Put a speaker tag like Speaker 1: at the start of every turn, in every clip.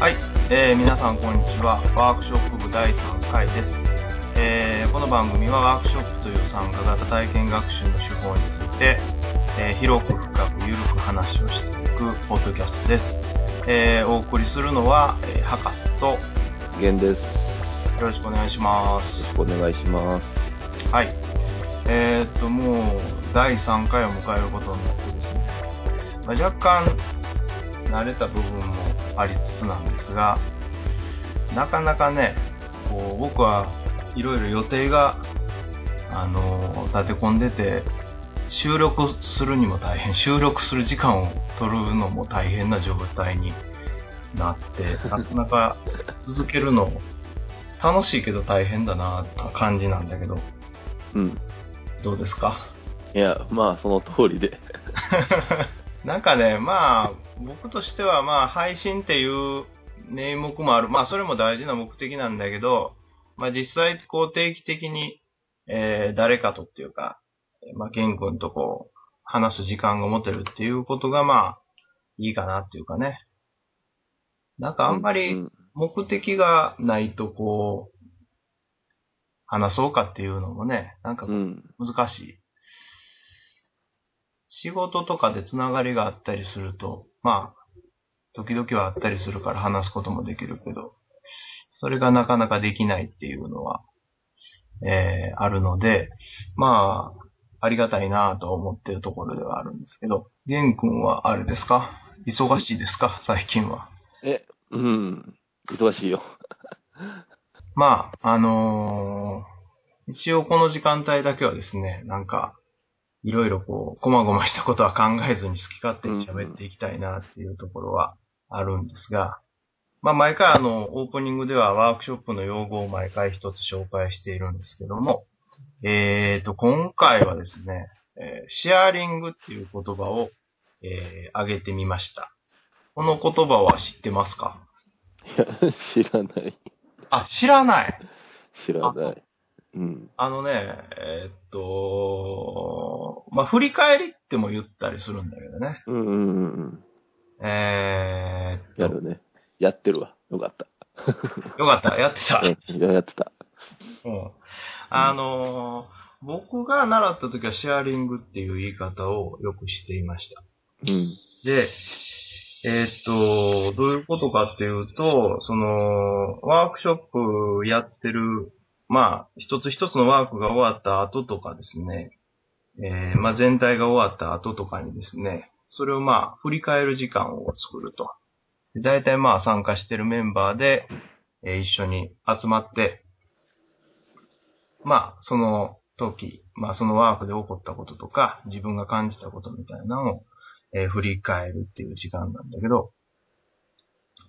Speaker 1: はい、えー、皆さんこんにちは。ワークショップ部第3回です。えーこの番組はワークショップという参加型体験学習の手法について、えー広く深く緩く話をしていくポッドキャストです。えーお送りするのは、えー博士とよ
Speaker 2: 源です。
Speaker 1: ろしくお願いします。
Speaker 2: お願いします。
Speaker 1: はい。えーっと、もう、第3回を迎えることになってですね、まあ、若干、慣れた部分もありつつなんですが、なかなかね、こう僕はいろいろ予定が、あの、立て込んでて、収録するにも大変、収録する時間を取るのも大変な状態になって、なかなか続けるの楽しいけど大変だなって感じなんだけど、
Speaker 2: うん。
Speaker 1: どうですか
Speaker 2: いや、まあ、その通りで。
Speaker 1: なんかね、まあ、僕としては、まあ、配信っていう名目もある。まあ、それも大事な目的なんだけど、まあ、実際、こう、定期的に、えー誰かとっていうか、まあ、ケン君とこう、話す時間が持てるっていうことが、まあ、いいかなっていうかね。なんか、あんまり、
Speaker 2: うん
Speaker 1: 目的がないとこう、話そうかっていうのもね、なんかこ
Speaker 2: う。
Speaker 1: うん難しい。仕事とかでつながりがあったりすると、まあ、時々はあったりするから話すこともできるけど、それがなかなかできないっていうのは、えーあるので、まあ、ありがたいなぁと思ってるところではあるんですけど、玄君はあれですか忙しいですか最近は。
Speaker 2: え、うん。忙しいよ。
Speaker 1: まあ、あのー一応この時間帯だけはですね、なんか、いろいろこう、こまごましたことは考えずに好き勝手に喋っていきたいなっていうところはあるんですが、まあ毎回あの、オープニングではワークショップの用語を毎回一つ紹介しているんですけども、えーと、今回はですね、えーシェアリングっていう言葉を、えー、挙げてみました。この言葉は知ってますか
Speaker 2: いや、 知らない。
Speaker 1: あ、知らない
Speaker 2: 知ら
Speaker 1: あそ
Speaker 2: ない。うん。
Speaker 1: あのね、えーっと、まあ、振り返りっても言ったりするんだけどね。
Speaker 2: うんうんうんうん。
Speaker 1: えー
Speaker 2: や
Speaker 1: っ
Speaker 2: るね。やってるわ。よかった。
Speaker 1: と、よかった、やってた。
Speaker 2: うんいや、やってた。
Speaker 1: うんあのー僕が習った時はシェアリングっていう言い方をよくしていました。
Speaker 2: うん。
Speaker 1: で、えーっと、どういうことかっていうと、その、ワークショップやってる、まあ、一つ一つのワークが終わった後とかですね、えーまあ全体が終わった後とかにですね、それをまあ、振り返る時間を作ると。で大体まあ、参加してるメンバーで、えー一緒に集まって、まあ、その時、まあ、そのワークで起こったこととか、自分が感じたことみたいなのをえー振り返るっていう時間なんだけど、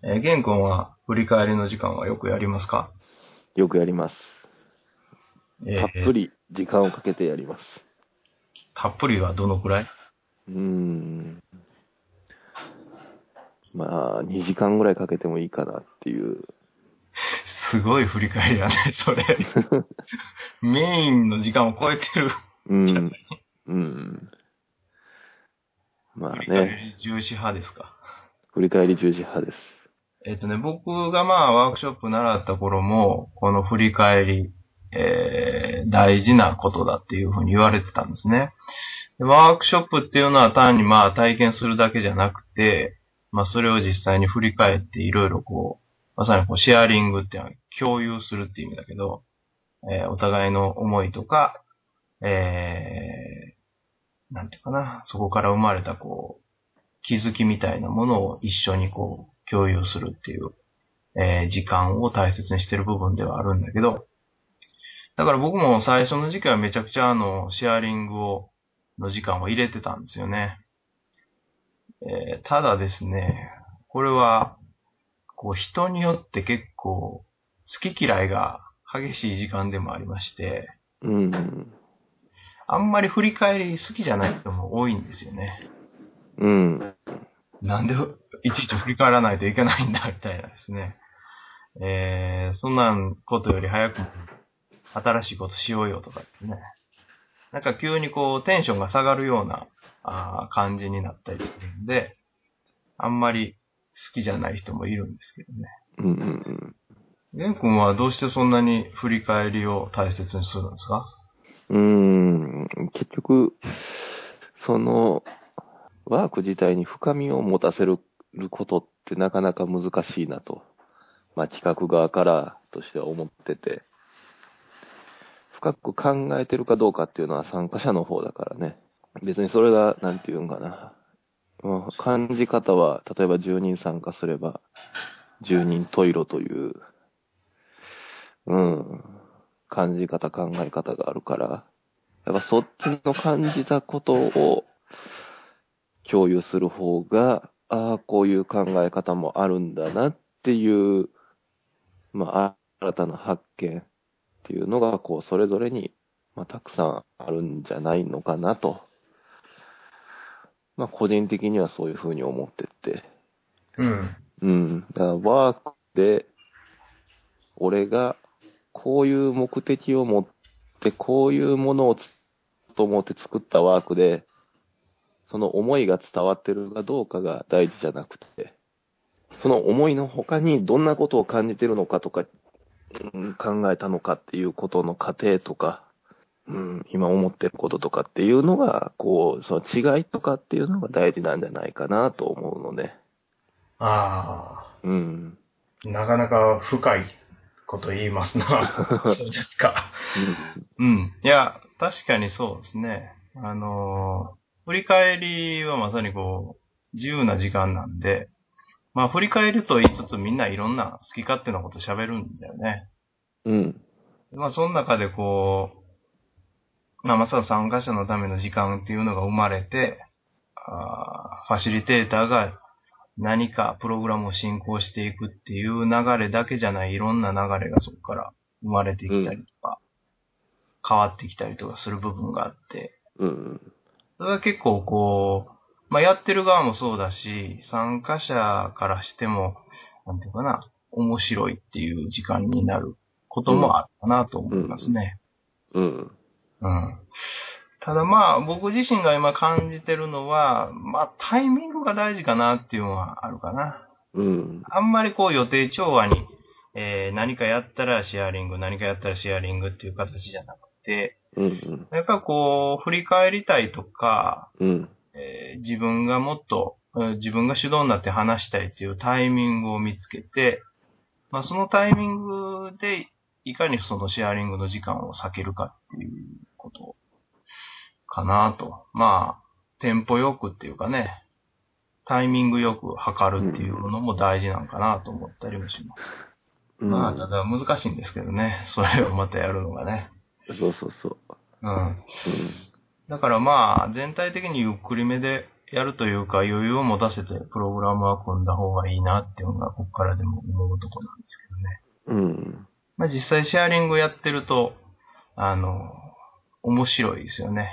Speaker 1: えー、玄君は振り返りの時間はよくやりますか
Speaker 2: よくやります。
Speaker 1: えー
Speaker 2: たっぷり時間をかけてやります。
Speaker 1: たっぷりはどのくらい
Speaker 2: うん。まあ、2時間ぐらいかけてもいいかなっていう。
Speaker 1: すごい振り返りだね、 それ。メインの時間を超えてる。
Speaker 2: うん。うん。まあ
Speaker 1: 振り返
Speaker 2: ね、
Speaker 1: り重視派ですか。
Speaker 2: 振り返り重視派です。
Speaker 1: えっとね、僕がまあワークショップ習った頃も、この振り返り、えー大事なことだっていうふうに言われてたんですね。でワークショップっていうのは単にまあ体験するだけじゃなくて、まあそれを実際に振り返っていろいろこう、まさにこうシェアリングっていうのは共有するっていう意味だけど、えーお互いの思いとか、えーなんていうかな、そこから生まれたこう、気づきみたいなものを一緒にこう共有するっていう、えー時間を大切にしてる部分ではあるんだけど、だから僕も最初の時期はめちゃくちゃあの、シェアリングを、の時間を入れてたんですよね。えーただですね、これは、こう人によって結構好き嫌いが激しい時間でもありまして、
Speaker 2: うん。
Speaker 1: あんまり振り返り好きじゃない人も多いんですよね。
Speaker 2: うん。
Speaker 1: なんでいちいち振り返らないといけないんだ、みたいなですね。えー、そんなんことより早く新しいことしようよとかですね。なんか急にこうテンションが下がるようなあー感じになったりするんで、あんまりきじゃない人もいるんですけどね。
Speaker 2: うんうんうん。
Speaker 1: 玄君はどうしてそんなに振り返りを大切にするんですか
Speaker 2: うーん、結局、その、ワーク自体に深みを持たせることってなかなか難しいなと、まあ企画側からとしては思ってて、深く考えてるかどうかっていうのは参加者の方だからね。別にそれが、なんていうんかな。まあ感じ方は、例えば10人参加すれば、10人トイロという、うん、感じ方、考え方があるから、やっぱそっちの感じたことを共有する方が、ああ、こういう考え方もあるんだなっていう、まあ、新たな発見っていうのが、こう、それぞれに、まあ、たくさんあるんじゃないのかなと。まあ、個人的にはそういうふうに思ってって。
Speaker 1: うん。
Speaker 2: うん。だからワークで、俺がこういう目的を持って、こういうものをつと思って作ったワークで、その思いが伝わってるかどうかが大事じゃなくて、その思いの他にどんなことを感じてるのかとか、うん考えたのかっていうことの過程とか、うん、今思ってることとかっていうのが、こう、その違いとかっていうのが大事なんじゃないかなと思うので、
Speaker 1: あ
Speaker 2: うん。
Speaker 1: あ、なかなか深いこと言いますな。そうですか。うん。いや、確かにそうですね。あのー振り返りはまさにこう、自由な時間なんで、まあ振り返ると言いつつみんないろんな好き勝手なこと喋るんだよね。
Speaker 2: うん。
Speaker 1: まあその中でこう、まあまさは参加者のための時間っていうのが生まれて、あーファシリテーターが何かプログラムを進行していくっていう流れだけじゃないいろんな流れがそこから生まれてきたりとか、変わってきたりとかする部分があって、
Speaker 2: うん。
Speaker 1: それは結構こう、まあ、やってる側もそうだし、参加者からしても、なんていうかな、面白いっていう時間になることもあったなと思いますね。
Speaker 2: うん。
Speaker 1: うん。ただまあ、僕自身が今感じてるのは、まあ、タイミングが大事かなっていうのはあるかな。
Speaker 2: うん。
Speaker 1: あんまりこう予定調和に、えー何かやったらシェアリング、何かやったらシェアリングっていう形じゃなくて、
Speaker 2: うん。
Speaker 1: やっぱりこう、振り返りたいとか、
Speaker 2: うん。
Speaker 1: えー自分がもっと、えー自分が主導になって話したいというタイミングを見つけて、まあ、そのタイミングで、いかにそのシェアリングの時間を避けるかっていうことかなと。まあ、テンポよくっていうかね、タイミングよく測るっていうのも大事なんかなと思ったりもします。
Speaker 2: うん
Speaker 1: まあ、ただ難しいんですけどね、それをまたやるのがね。
Speaker 2: そうそうそう。
Speaker 1: うん。だからまあ、全体的にゆっくりめでやるというか、余裕を持たせてプログラムは組んだ方がいいなっていうのが、ここからでも思うとこなんですけどね。
Speaker 2: うん。うん。
Speaker 1: まあ実際シェアリングやってると、あの、面白いですよね。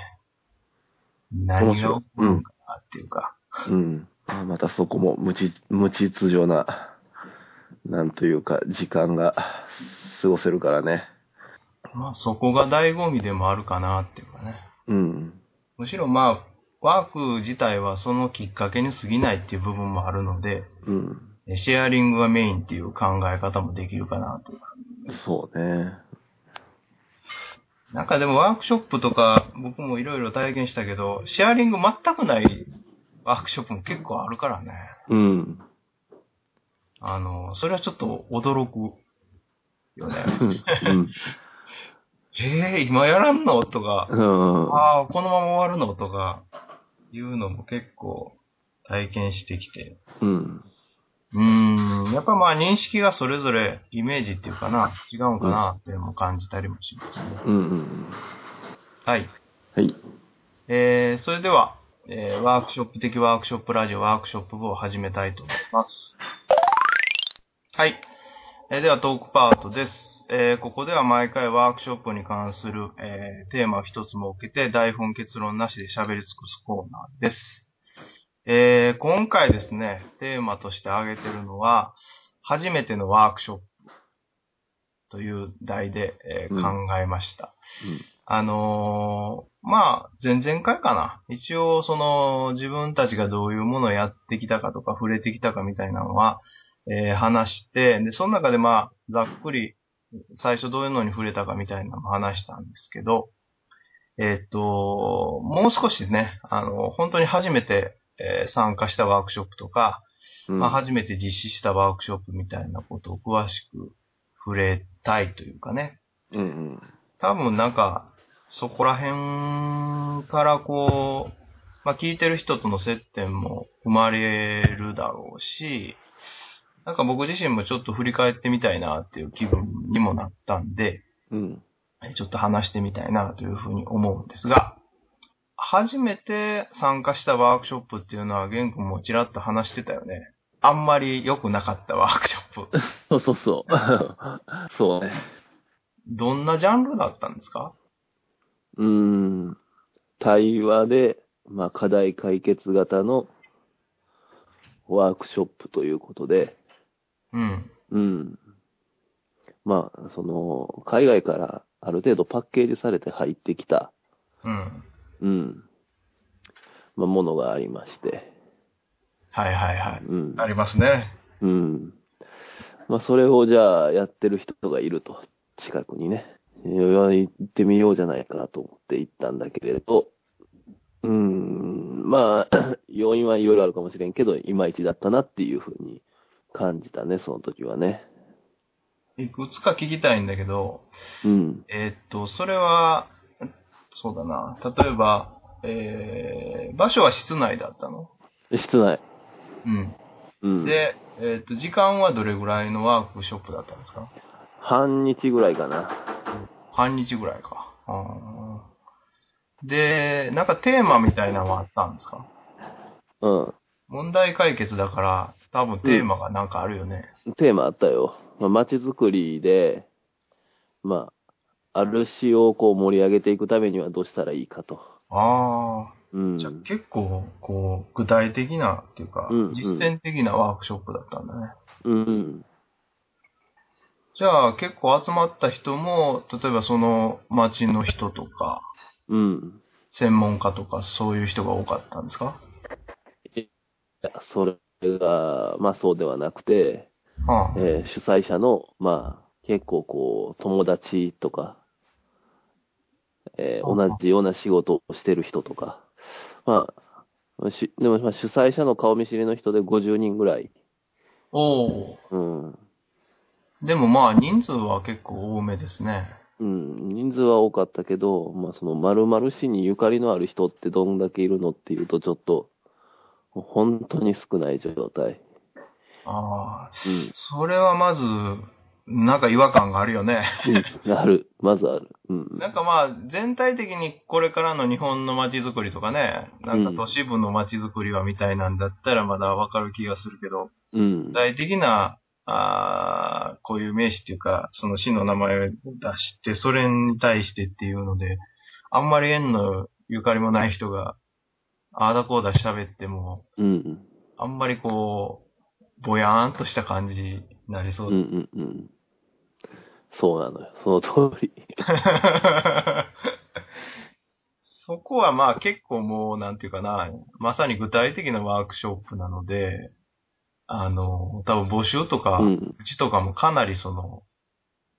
Speaker 1: 何が起こるかなっていうか。
Speaker 2: うん。あまたそこも無秩無秩序な、なんというか、時間が過ごせるからね。
Speaker 1: まあそこが醍醐味でもあるかなっていうかね。
Speaker 2: うん。
Speaker 1: むしろまあ、ワーク自体はそのきっかけに過ぎないっていう部分もあるので、
Speaker 2: うん。
Speaker 1: シェアリングがメインっていう考え方もできるかなという
Speaker 2: そうね。
Speaker 1: なんかでもワークショップとか僕もいろいろ体験したけど、シェアリング全くないワークショップも結構あるからね。
Speaker 2: うん。
Speaker 1: あの、それはちょっと驚くよね。
Speaker 2: うん。
Speaker 1: えー、今やらんのとか、
Speaker 2: うん。
Speaker 1: ああ、このまま終わるのとか、いうのも結構体験してきて。
Speaker 2: うん。
Speaker 1: うーん、やっぱまあ認識がそれぞれイメージっていうかな、違うんかなっていうのも感じたりもしますね。
Speaker 2: うん。
Speaker 1: はい。
Speaker 2: はい。
Speaker 1: えー、それでは、えー、ワークショップ的ワークショップラジオワークショップ部を始めたいと思います。はい。えーではトークパートです。えー、ここでは毎回ワークショップに関する、えー、テーマを一つ設けて台本結論なしで喋り尽くすコーナーです。えー、今回ですね、テーマとして挙げてるのは、初めてのワークショップという題で、えー
Speaker 2: うん
Speaker 1: 考えました。あのーまあ、前々回かな。一応、その、自分たちがどういうものをやってきたかとか、触れてきたかみたいなのは、えー話して、で、その中でまあ、ざっくり、最初どういうのに触れたかみたいなのも話したんですけど、えーっと、もう少しね、あの、本当に初めて、えー参加したワークショップとか、
Speaker 2: うん
Speaker 1: まあ、初めて実施したワークショップみたいなことを詳しく触れたいというかね。
Speaker 2: うんうん。
Speaker 1: 多分なんか、そこら辺からこう、まあ、聞いてる人との接点も生まれるだろうし、なんか僕自身もちょっと振り返ってみたいなっていう気分にもなったんで、
Speaker 2: うん。
Speaker 1: えちょっと話してみたいなというふうに思うんですが、初めて参加したワークショップっていうのは、玄君もちらっと話してたよね。あんまり良くなかったワークショップ。
Speaker 2: そうそう そう。そうね。
Speaker 1: どんなジャンルだったんですか
Speaker 2: うーん。対話で、まあ、課題解決型のワークショップということで、
Speaker 1: うん。
Speaker 2: うん。まあ、その、海外からある程度パッケージされて入ってきた、
Speaker 1: うん。
Speaker 2: うん。まあ、ものがありまして、
Speaker 1: はいはいはい。
Speaker 2: うん。
Speaker 1: ありますね。
Speaker 2: うん。まあ、それをじゃあ、やってる人がいると、近くにね、いや行ってみようじゃないかと思って行ったんだけれど、うん、まあ、 要因はいろいろあるかもしれんけど、いまいちだったなっていうふうに感じたね、その時はね。
Speaker 1: いくつか聞きたいんだけど、
Speaker 2: うん。
Speaker 1: えーっと、それは、そうだな。例えば、えー、場所は室内だったの
Speaker 2: 室内。
Speaker 1: う
Speaker 2: うん。
Speaker 1: ん。、で、えーっと、時間はどれぐらいのワークショップだったんですか
Speaker 2: 半日ぐらいかな。
Speaker 1: 半日ぐらいか。あーで、なんかテーマみたいなのはあったんですか
Speaker 2: う
Speaker 1: 問題解決だから、多分テーマがなんかあるよね。
Speaker 2: ん。テーマあったよ。まあ、街づくりで、まあ、あるしをこう盛り上げていくためにはどうしたらいいかと。
Speaker 1: あ
Speaker 2: う
Speaker 1: あ、
Speaker 2: ん。
Speaker 1: じゃあ結構、こう、具体的なっていうか、
Speaker 2: うんうん
Speaker 1: 実践的なワークショップだったんだね。
Speaker 2: うん。
Speaker 1: じゃあ結構集まった人も、例えばその町の人とか、
Speaker 2: うん。
Speaker 1: 専門家とかそういう人が多かったんですか
Speaker 2: それが、まあそうではなくて、
Speaker 1: ああ
Speaker 2: えー主催者の、まあ、結構こう、友達とか、えー
Speaker 1: うんうん
Speaker 2: 同じような仕事をしてる人とか、まあ、しでもまあ主催者の顔見知りの人で50人ぐらい。
Speaker 1: おお。
Speaker 2: うん。
Speaker 1: でもまあ人数は結構多めですね。
Speaker 2: うん、人数は多かったけど、まあその〇〇市にゆかりのある人ってどんだけいるのっていうとちょっと、もう本当に少ない状態。
Speaker 1: ああ。
Speaker 2: うん
Speaker 1: それはまず、なんか違和感があるよね。
Speaker 2: うん。ある。まずある。うん。
Speaker 1: なんかまあ、全体的にこれからの日本の街づくりとかね、なんか都市部の街づくりはみたいなんだったらまだわかる気がするけど、
Speaker 2: うん
Speaker 1: 具。体的な、あーこういう名詞っていうか、その市の名前を出して、それに対してっていうので、あんまり縁のゆかりもない人が、ああだこうだ喋っても、
Speaker 2: うん。
Speaker 1: あんまりこう、ぼやーんとした感じになりそううん
Speaker 2: う。んうん。そうなのよ。その通り。
Speaker 1: そこはまあ結構もう、なんていうかな、まさに具体的なワークショップなので、あの、多分募集とか、
Speaker 2: うん。
Speaker 1: うちとかもかなりその、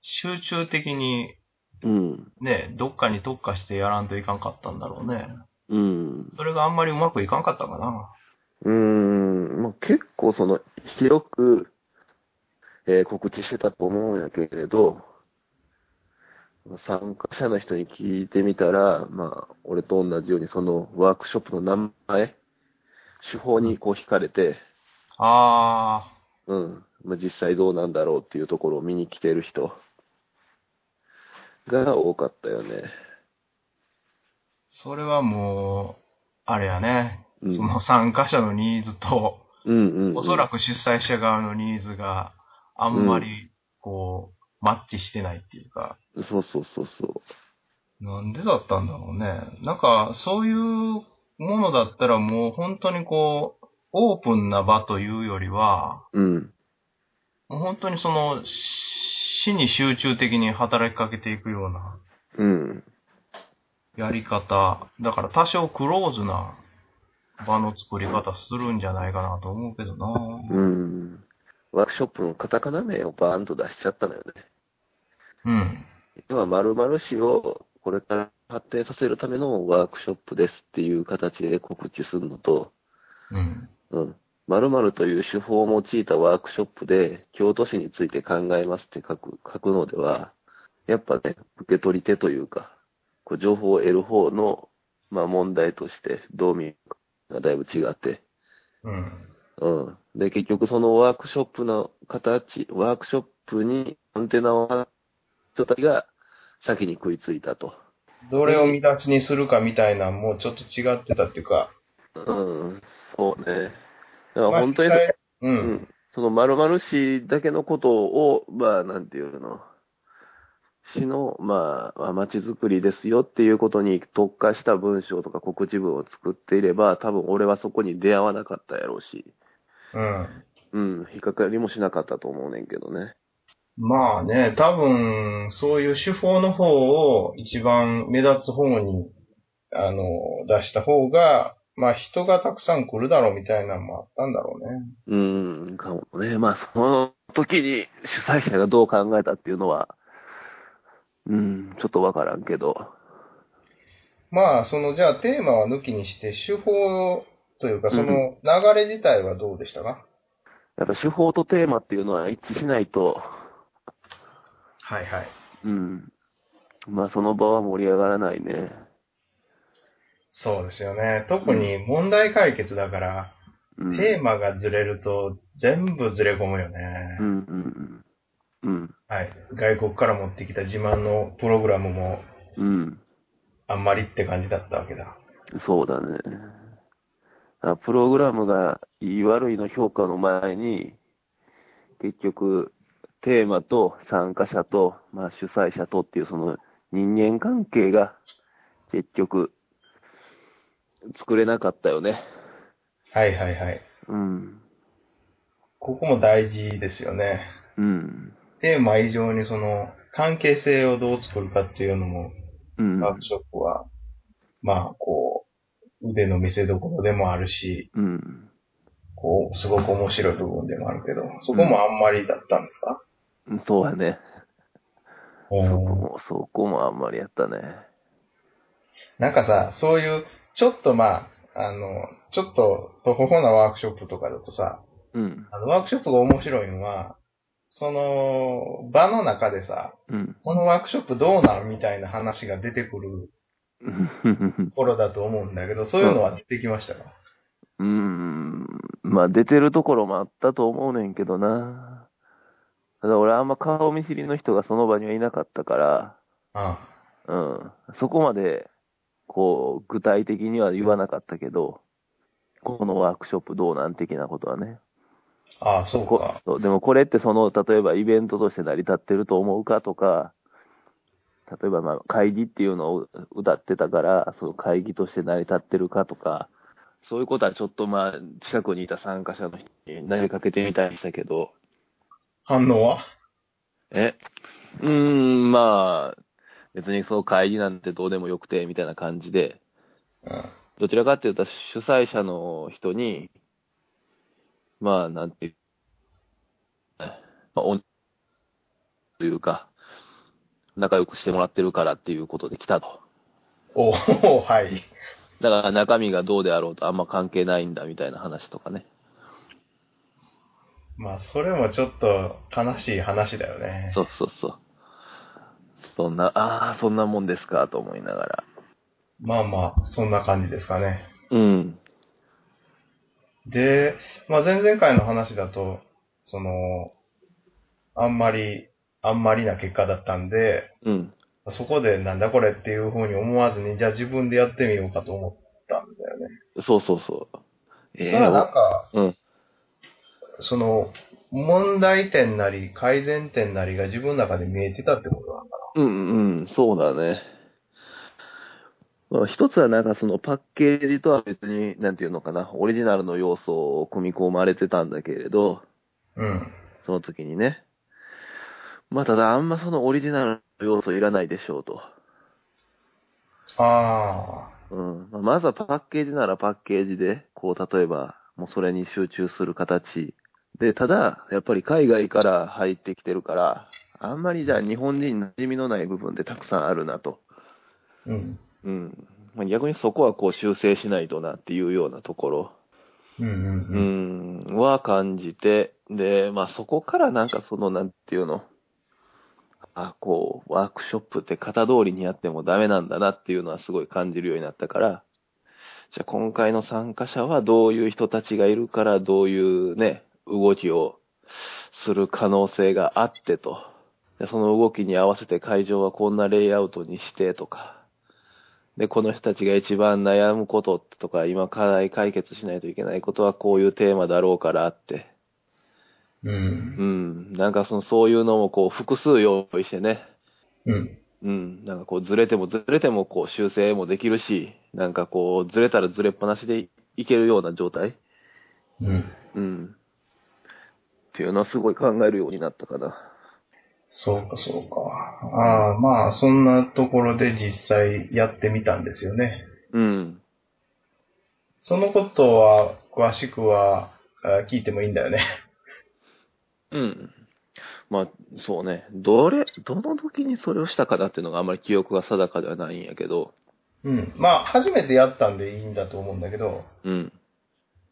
Speaker 1: 集中的に
Speaker 2: うん。
Speaker 1: ね、どっかに特化してやらんといかんかったんだろうね。
Speaker 2: うん。
Speaker 1: それがあんまりうまくいかんかったかな。
Speaker 2: うん。まあ、結構その、広く、えー告知してたと思うんやけれど、参加者の人に聞いてみたら、まあ、俺と同じようにそのワークショップの名前、手法にこう惹かれて、
Speaker 1: あ
Speaker 2: うん。まあ、実際どうなんだろうっていうところを見に来てる人が多かったよね。
Speaker 1: ー、それはもう、あれやね、
Speaker 2: うん
Speaker 1: その参加者のニーズと、
Speaker 2: うんうん、うん。
Speaker 1: おそらく主催者側のニーズがあんまり、こう、マッチしてないっていうか、
Speaker 2: そうそうそうそ
Speaker 1: なんでだったんだろうね。なんか、そういうものだったらもう本当にこう、オープンな場というよりは、
Speaker 2: う。うん。
Speaker 1: もう本当にその、死に集中的に働きかけていくような
Speaker 2: うん。
Speaker 1: やり方、だから多少クローズな場の作り方するんじゃないかなと思うけどな。
Speaker 2: うん。ワークショップのカタカナ名をバーンと出しちゃったのよね。
Speaker 1: うん。
Speaker 2: 今、〇〇市をこれから発展させるためのワークショップですっていう形で告知するのと、
Speaker 1: うん。
Speaker 2: うん。〇〇という手法を用いたワークショップで、京都市について考えますって書く、書くのでは、やっぱね、受け取り手というか、こう情報を得る方の、まあ問題として、どう見るかがだいぶ違って、
Speaker 1: うん。
Speaker 2: うん。で、結局そのワークショップの形、ワークショップにアンテナを張った人たちが先に食いついたと。
Speaker 1: どれを見出しにするかみたいな、もうちょっと違ってたっていうか、
Speaker 2: うん、そうね。だか
Speaker 1: ま
Speaker 2: ら
Speaker 1: あ
Speaker 2: 本当に、
Speaker 1: 実際う。
Speaker 2: うんん、その〇〇市だけのことを、まあ、なんていうの、市の、まあ、まちづくりですよっていうことに特化した文章とか告知文を作っていれば、多分俺はそこに出会わなかったやろうし、
Speaker 1: うん。
Speaker 2: うん、引っかかりもしなかったと思うねんけどね。
Speaker 1: まあね、多分、そういう手法の方を一番目立つ方に、あの、出した方が、まあ人がたくさん来るだろうみたいなのもあったんだろうね。
Speaker 2: うん、かもね。まあ、その時に主催者がどう考えたっていうのは、うん、ちょっとわからんけど。
Speaker 1: まあ、その、じゃあテーマは抜きにして、手法というか、その流れ自体はどうでしたか、
Speaker 2: やっぱ手法とテーマっていうのは一致しないと、
Speaker 1: はいはい。
Speaker 2: うん。まあ、その場は盛り上がらないね。
Speaker 1: そうですよね。特に問題解決だから、
Speaker 2: うん。
Speaker 1: テーマがずれると全部ずれ込むよね。
Speaker 2: うんうんうん。
Speaker 1: はい。外国から持ってきた自慢のプログラムも
Speaker 2: うん。うん。
Speaker 1: あんまりって感じだったわけだ。
Speaker 2: そうだね。あプログラムが良い悪いの評価の前に、結局、テーマと参加者と、まあ、主催者とっていうその人間関係が結局作れなかったよね。
Speaker 1: はいはいはい。
Speaker 2: うん。
Speaker 1: ここも大事ですよね。
Speaker 2: うん。
Speaker 1: テーマ以上にその関係性をどう作るかっていうのも
Speaker 2: うん。
Speaker 1: ワークショップは、まあ、こう、腕の見せどころでもあるし、
Speaker 2: うん。
Speaker 1: こう、すごく面白い部分でもあるけど、そこもあんまりだったんですか、
Speaker 2: そうだね。そこ
Speaker 1: おー
Speaker 2: も、そこもあんまりやったね。
Speaker 1: なんかさ、そういう、ちょっとまあ、あの、ちょっと、とほほなワークショップとかだとさ、
Speaker 2: うん。
Speaker 1: あの、ワークショップが面白いのは、その、場の中でさ、
Speaker 2: うん。
Speaker 1: このワークショップどうなんみたいな話が出てくる頃だと思うんだけど、そういうのは出てきましたか、
Speaker 2: うん。まあ、出てるところもあったと思うねんけどな。ただ俺あんま顔見知りの人がその場にはいなかったから、
Speaker 1: あ
Speaker 2: うん。そこまで、こう、具体的には言わなかったけど、このワークショップどうなん的なことはね。
Speaker 1: あ、ああ、そう
Speaker 2: こ
Speaker 1: か。
Speaker 2: そうでもこれってその、例えばイベントとして成り立ってると思うかとか、例えばまあ会議っていうのを歌ってたから、その会議として成り立ってるかとか、そういうことはちょっとまあ、近くにいた参加者の人に投げかけてみたりしたけど、
Speaker 1: 反応は
Speaker 2: え、うーん、まあ、別にその会議なんてどうでもよくて、みたいな感じで、
Speaker 1: うん。
Speaker 2: どちらかっていうと主催者の人に、まあ、なんていう、まあ、おというか、仲良くしてもらってるからっていうことで来たと。
Speaker 1: おおはい。
Speaker 2: だから中身がどうであろうとあんま関係ないんだみたいな話とかね。
Speaker 1: まあ、それもちょっと悲しい話だよね。
Speaker 2: そうそうそう。そんな、ああ、そんなもんですかと思いながら。
Speaker 1: まあまあ、そんな感じですかね。
Speaker 2: うん。
Speaker 1: で、まあ、前々回の話だと、その、あんまり、あんまりな結果だったんで、
Speaker 2: うん。
Speaker 1: そこでなんだこれっていうふうに思わずに、じゃあ自分でやってみようかと思ったんだよね。
Speaker 2: そうそうそう。え
Speaker 1: そ
Speaker 2: え
Speaker 1: れはなんか、
Speaker 2: うん
Speaker 1: その、問題点なり改善点なりが自分の中で見えてたってことなんだ
Speaker 2: うんうんうん、そうだね。まあ、一つはなんかそのパッケージとは別に、なんていうのかな、オリジナルの要素を組み込まれてたんだけれど、
Speaker 1: うん。
Speaker 2: その時にね。まあただあんまそのオリジナルの要素いらないでしょうと。
Speaker 1: あ
Speaker 2: うん。まあまずはパッケージならパッケージで、こう、例えば、もうそれに集中する形。で、ただ、やっぱり海外から入ってきてるから、あんまりじゃあ日本人に馴染みのない部分でたくさんあるなと。
Speaker 1: ーうん。
Speaker 2: うん。まあ逆にそこはこう修正しないとなっていうようなところ。
Speaker 1: うんうん
Speaker 2: う
Speaker 1: うん。
Speaker 2: ん、は感じて、で、まあそこからなんかその、なんていうの、あ、こう、ワークショップって型通りにやってもダメなんだなっていうのはすごい感じるようになったから、じゃあ今回の参加者はどういう人たちがいるから、どういうね、動きをする可能性があってと、でその動きに合わせて会場はこんなレイアウトにしてとか、で、この人たちが一番悩むこととか、今課題解決しないといけないことはこういうテーマだろうからって。
Speaker 1: うん。
Speaker 2: うん。なんかその、そういうのもこう、複数用意してね。
Speaker 1: うん。
Speaker 2: うん。なんかこう、ずれてもずれてもこう、修正もできるし、なんかこう、ずれたらずれっぱなしでいけるような状態
Speaker 1: うん。
Speaker 2: うん。っていうのはすごい考えるようになったかな。
Speaker 1: そうか、そうか。ああ、まあ、そんなところで実際やってみたんですよね。
Speaker 2: うん。
Speaker 1: そのことは、詳しくは、あ聞いてもいいんだよね。
Speaker 2: うん。まあ、そうね。どれ、どの時にそれをしたかなっていうのがあんまり記憶が定かではないんやけど、
Speaker 1: うん。まあ、初めてやったんでいいんだと思うんだけど、
Speaker 2: うん。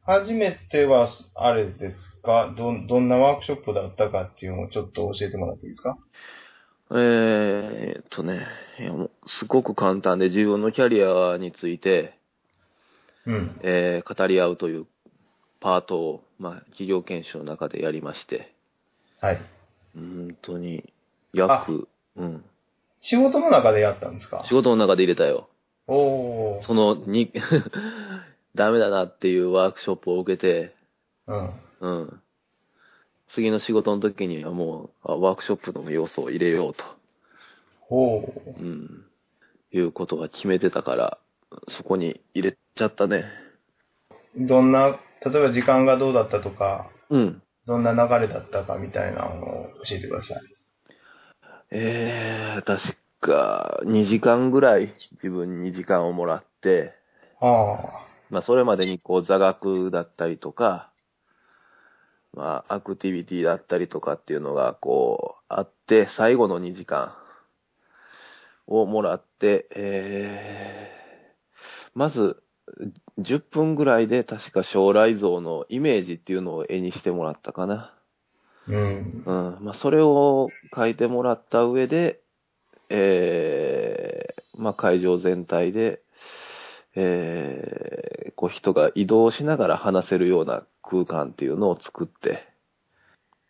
Speaker 1: 初めては、あれですかどん、どんなワークショップだったかっていうのをちょっと教えてもらっていいですか
Speaker 2: えーっとね、いやもうすごく簡単で自分のキャリアについて、
Speaker 1: うん。
Speaker 2: えー語り合うというパートを、まあ、企業研修の中でやりまして、
Speaker 1: はい。
Speaker 2: 本当に約、うん、
Speaker 1: 仕事の中でやったんですか
Speaker 2: 仕事の中で入れたよ。
Speaker 1: おお。
Speaker 2: そのに ダメだなっていうワークショップを受けて、
Speaker 1: うん。
Speaker 2: うん、次の仕事の時にはもうあワークショップの要素を入れようと。
Speaker 1: おお。
Speaker 2: うん、いうことが決めてたから、そこに入れちゃったね。
Speaker 1: どんな、例えば時間がどうだったとか、
Speaker 2: うん。
Speaker 1: どんな流れだったかみたいなのを教えてください。
Speaker 2: えー、確か、2時間ぐらい、自分に時間をもらって、
Speaker 1: あ
Speaker 2: まあ、それまでにこう、座学だったりとか、まあ、アクティビティだったりとかっていうのが、こう、あって、最後の2時間をもらって、えー、まず、10分ぐらいで確か将来像のイメージっていうのを絵にしてもらったかな。
Speaker 1: あ。うん。
Speaker 2: うん。まあ、それを書いてもらった上で、えー、まあ、会場全体で、えー、こう人が移動しながら話せるような空間っていうのを作って、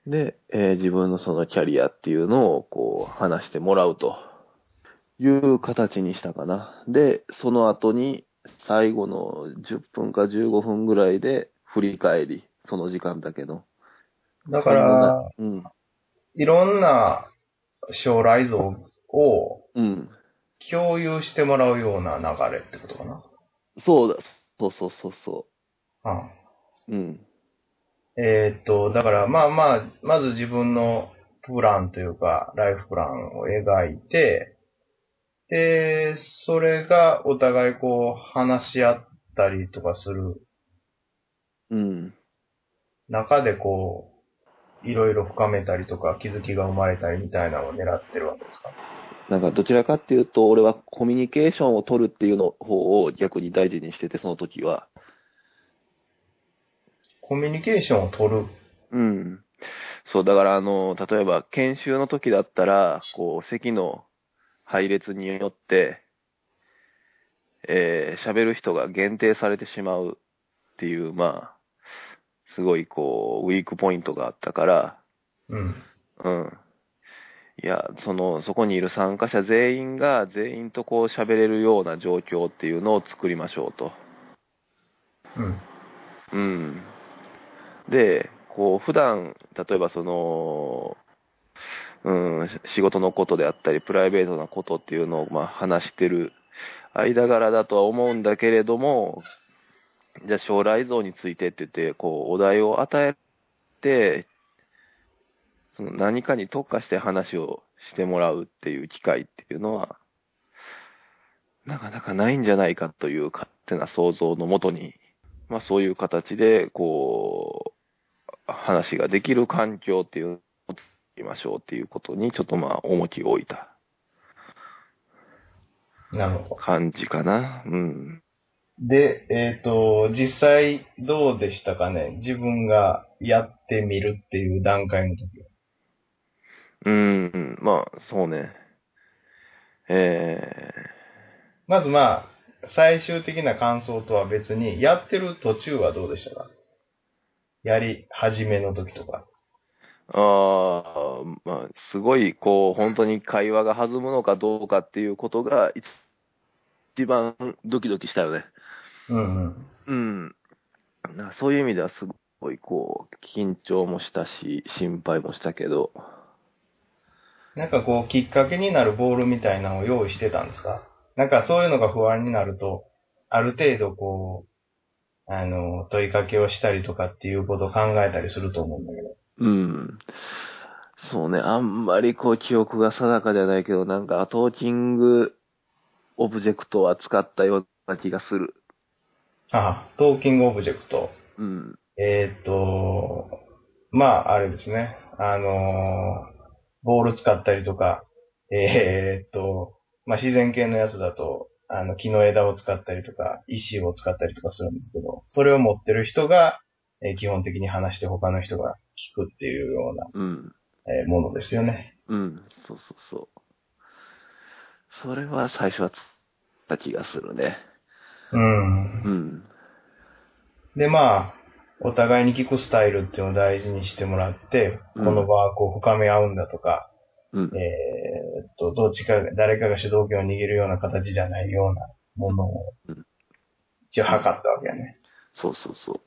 Speaker 2: で、えー自分のそのキャリアっていうのをこう話してもらうという形にしたかな。で、その後に最後の10分か15分ぐらいで振り返り、その時間だけの。
Speaker 1: だから、
Speaker 2: そんな、
Speaker 1: いろんな将来像を
Speaker 2: うん。うん。
Speaker 1: 共有してもらうような流れってことかな。
Speaker 2: そうだ。そうそうそうそ
Speaker 1: ああ
Speaker 2: う。うん。
Speaker 1: えーっと、だから、まあまあ、まず自分のプランというか、ライフプランを描いて、で、それがお互いこう、話し合ったりとかする
Speaker 2: うん。
Speaker 1: 中でこう、いろいろ深めたりとか、気づきが生まれたりみたいなのを狙ってるわけですか。
Speaker 2: なんか、どちらかっていうと、俺はコミュニケーションを取るっていうの方を逆に大事にしてて、その時は。
Speaker 1: コミュニケーションを取る。
Speaker 2: うん。そう、だから、あの、例えば、研修の時だったら、こう、席の配列によって、えー喋る人が限定されてしまうっていう、まあ、すごい、こう、ウィークポイントがあったから、
Speaker 1: うん。
Speaker 2: うん。いや、その、そこにいる参加者全員が全員とこう喋れるような状況っていうのを作りましょうと。
Speaker 1: うん。
Speaker 2: うん。で、こう、普段、例えばその、うん、し仕事のことであったり、プライベートなことっていうのを、まあ、話してる間柄だとは思うんだけれども、じゃあ将来像についてって言って、こう、お題を与えて、その何かに特化して話をしてもらうっていう機会っていうのは、なかなかないんじゃないかという勝手な想像のもとに、まあそういう形で、こう、話ができる環境っていうのを作りましょうっていうことに、ちょっとまあ重きを置いた
Speaker 1: なるほど。
Speaker 2: 感じかな。うん。
Speaker 1: で、えっ、と、実際どうでしたかね自分がやってみるっていう段階の時は。
Speaker 2: うん、うんまあそうね。え
Speaker 1: まずまあ、最終的な感想とは別に、やってる途中はどうでしたかやり始めの時とか。
Speaker 2: ー、あーまあ、すごい、こう、本当に会話が弾むのかどうかっていうことが、一一番ドキドキしたよね。
Speaker 1: うんうん。
Speaker 2: うん。なそういう意味ではすごい、こう、緊張もしたし、心配もしたけど、
Speaker 1: なんかこう、きっかけになるボールみたいなのを用意してたんですかなんかそういうのが不安になると、ある程度こう、あの、問いかけをしたりとかっていうことを考えたりすると思うんだけど。
Speaker 2: うん。そうね、あんまりこう、記憶が定かではないけど、なんか、トーキングオブジェクトを扱ったような気がする。
Speaker 1: ああ、トーキングオブジェクト。
Speaker 2: うん。
Speaker 1: えーっ、と、まあ、あれですね。あのーボール使ったりとか、えーっ、と、まあ、自然系のやつだと、あの、木の枝を使ったりとか、石を使ったりとかするんですけど、それを持ってる人が、えー基本的に話して他の人が聞くっていうような、
Speaker 2: うん。
Speaker 1: えーものですよね。
Speaker 2: うん。そうそうそう。それは最初はつった気がするね。
Speaker 1: うん
Speaker 2: う。ん。
Speaker 1: で、まあ、お互いに聞くスタイルっていうのを大事にしてもらって、こ
Speaker 2: うん
Speaker 1: のワークを深め合うんだとか、
Speaker 2: うん。
Speaker 1: えーっと、どっちか、誰かが主導権を握るような形じゃないようなものを
Speaker 2: うん、
Speaker 1: 一応測ったわけやね。
Speaker 2: そうそうそう。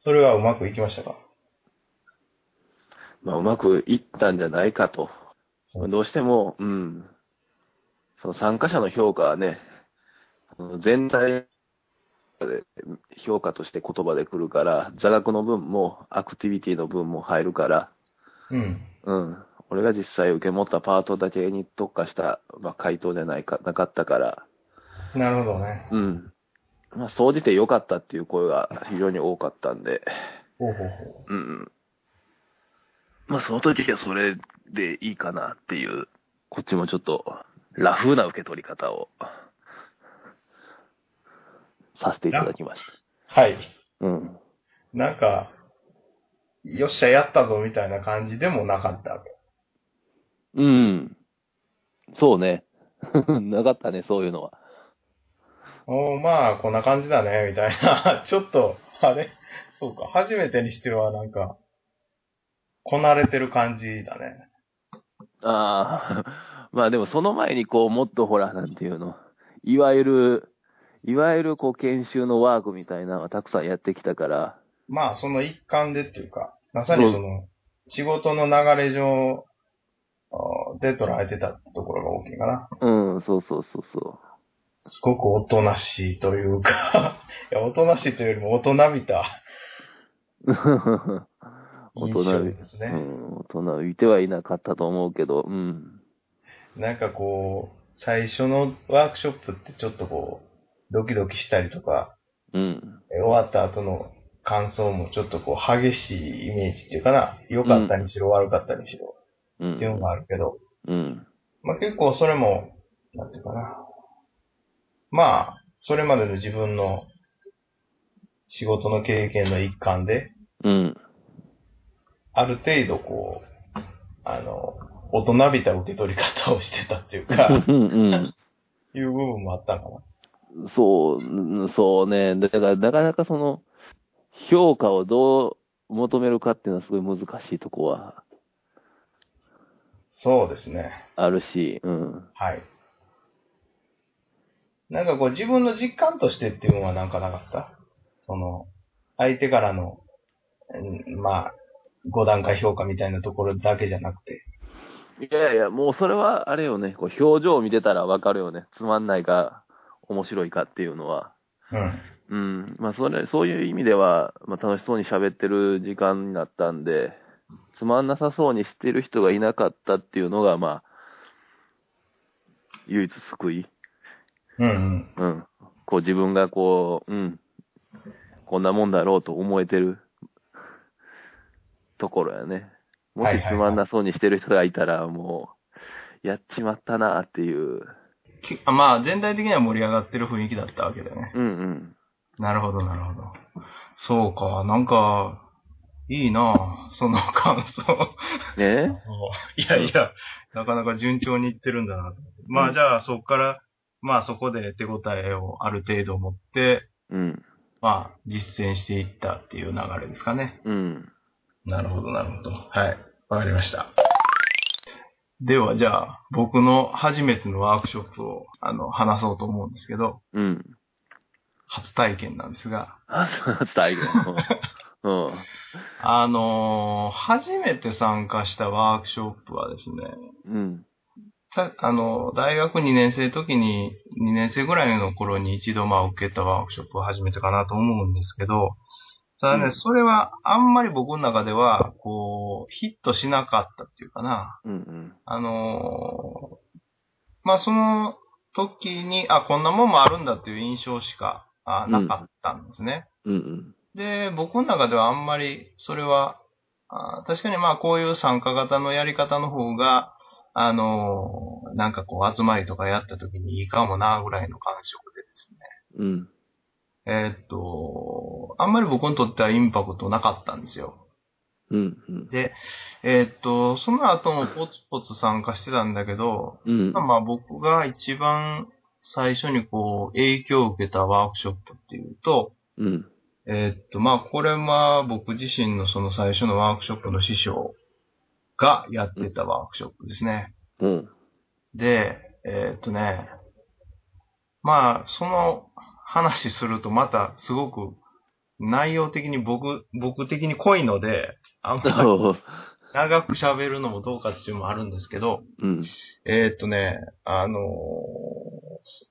Speaker 1: それはうまくいきましたか
Speaker 2: まあ、うまくいったんじゃないかと。どうしても、うん。その参加者の評価はね、あの全体で評価として言葉で来るから、座学の分もアクティビティの分も入るから、
Speaker 1: うん。
Speaker 2: うん。俺が実際受け持ったパートだけに特化した、まあ、回答じゃないか、なかったから、
Speaker 1: なるほどね。
Speaker 2: うん。まあ、総じて良かったっていう声が非常に多かったんで、
Speaker 1: ほうほうほ
Speaker 2: うんうん。まあ、その時はそれでいいかなっていう、こっちもちょっと、ラフな受け取り方を、させていただきまし
Speaker 1: う。はい。
Speaker 2: た。うん。
Speaker 1: なんか、よっしゃ、やったぞ、みたいな感じでもなかったわけ。
Speaker 2: うん。そうね。 なかったね、そういうのは。
Speaker 1: おー、まあ、こんな感じだね、みたいな。 ちょっと、あれそうか。初めてにしては、なんか、こなれてる感じだね。
Speaker 2: ああ。まあでもその前にこう、もっとほら、なんていうの。いわゆる、いわゆるこう、研修のワークみたいなのはたくさんやってきたから、
Speaker 1: まあ、その一環でっていうか、まさにその、仕事の流れ上、あーで捉えてたってところが大きいかな。
Speaker 2: うん、そうそうそうそう。
Speaker 1: すごくおとなしいというか、 いや、おとなしいというよりも大人びた
Speaker 2: 大
Speaker 1: 印
Speaker 2: 人
Speaker 1: 象
Speaker 2: び、
Speaker 1: です
Speaker 2: う
Speaker 1: ね。
Speaker 2: ん、大人びてはいなかったと思うけど、うん。
Speaker 1: なんかこう、最初のワークショップってちょっとこう、ドキドキしたりとか、
Speaker 2: うん。
Speaker 1: え終わった後の感想もちょっとこう、激しいイメージっていうかな、良かったにしろ悪かったにしろ、
Speaker 2: う
Speaker 1: っていうの
Speaker 2: ん。
Speaker 1: があるけど、
Speaker 2: うん。
Speaker 1: まあ、結構それも、なんていうかな。まあ、それまでの自分の仕事の経験の一環で、
Speaker 2: うん。、
Speaker 1: ある程度こう、あの、大人びた受け取り方をしてたっていうか
Speaker 2: うん。
Speaker 1: いう部分もあったのか
Speaker 2: そう、うんそうね。だから、なかなかその、評価をどう求めるかっていうのはすごい難しいとこは
Speaker 1: な。そうですね。
Speaker 2: あるし、うん。
Speaker 1: はい。なんかこう自分の実感としてっていうのはなんかなかったその、相手からの、うんまあ、5段階評価みたいなところだけじゃなくて、
Speaker 2: いやいや、もうそれはあれよね。こう表情を見てたらわかるよね。つまんないか、面白いかっていうのは。
Speaker 1: うん。
Speaker 2: うん。まあ、それ、そういう意味では、まあ、楽しそうに喋ってる時間になったんで、つまんなさそうにしてる人がいなかったっていうのが、まあ、唯一救い
Speaker 1: うん
Speaker 2: うん。こう自分がこう、うん、こんなもんだろうと思えてるところやね。もし
Speaker 1: はいはいはい
Speaker 2: つまんなそうにしてる人がいたら、もう、やっちまったなっていう。
Speaker 1: うんきあ。まあ、全体的には盛り上がってる雰囲気だったわけだね。
Speaker 2: うんうん。
Speaker 1: なるほど、なるほど。そうか、なんか、いいなぁその 感想。
Speaker 2: ね
Speaker 1: そう。いやいや、なかなか順調にいってるんだなと思って。ま
Speaker 2: う
Speaker 1: あ
Speaker 2: ん
Speaker 1: じゃあそこから、まあそこで手応えをある程度持って、
Speaker 2: うん。
Speaker 1: まあ実践していったっていう流れですかね。
Speaker 2: うん。
Speaker 1: なるほど、なるほど。はい。わかりました。ではじゃあ僕の初めてのワークショップをあの話そうと思うんですけど、
Speaker 2: うん。
Speaker 1: 初体験なんですが、
Speaker 2: あ、そう最後。うん。うん
Speaker 1: あのー初めて参加したワークショップはですね、
Speaker 2: うん。
Speaker 1: たあの、大学2年生時に、2年生ぐらいの頃に一度まあ受けたワークショップを始めたかなと思うんですけど、ただね、
Speaker 2: うん
Speaker 1: それはあんまり僕の中では、こう、ヒットしなかったっていうかな。
Speaker 2: うんうん。
Speaker 1: あのーまあその時に、あ、こんなもんもあるんだっていう印象しかあなかったんですね。
Speaker 2: うんうん。
Speaker 1: で、僕の中ではあんまりそれは、あー確かにまあこういう参加型のやり方の方が、あのーなんかこう集まりとかやった時にいいかもなぐらいの感触でですね。
Speaker 2: うん。
Speaker 1: えーっと、あんまり僕にとってはインパクトなかったんですよ。
Speaker 2: うんうん。
Speaker 1: で、えーっと、その後もポツポツ参加してたんだけど、
Speaker 2: うん。
Speaker 1: まあ僕が一番最初にこう影響を受けたワークショップっていうと、
Speaker 2: うん。
Speaker 1: えーっと、まあ、これは僕自身のその最初のワークショップの師匠がやってたワークショップですね。
Speaker 2: うん。
Speaker 1: で、えーっとね、まあ、その話するとまたすごく内容的に僕、僕的に濃いので、あんまり長く喋るのもどうかっていうのもあるんですけど、
Speaker 2: うん。
Speaker 1: えーっとね、あのー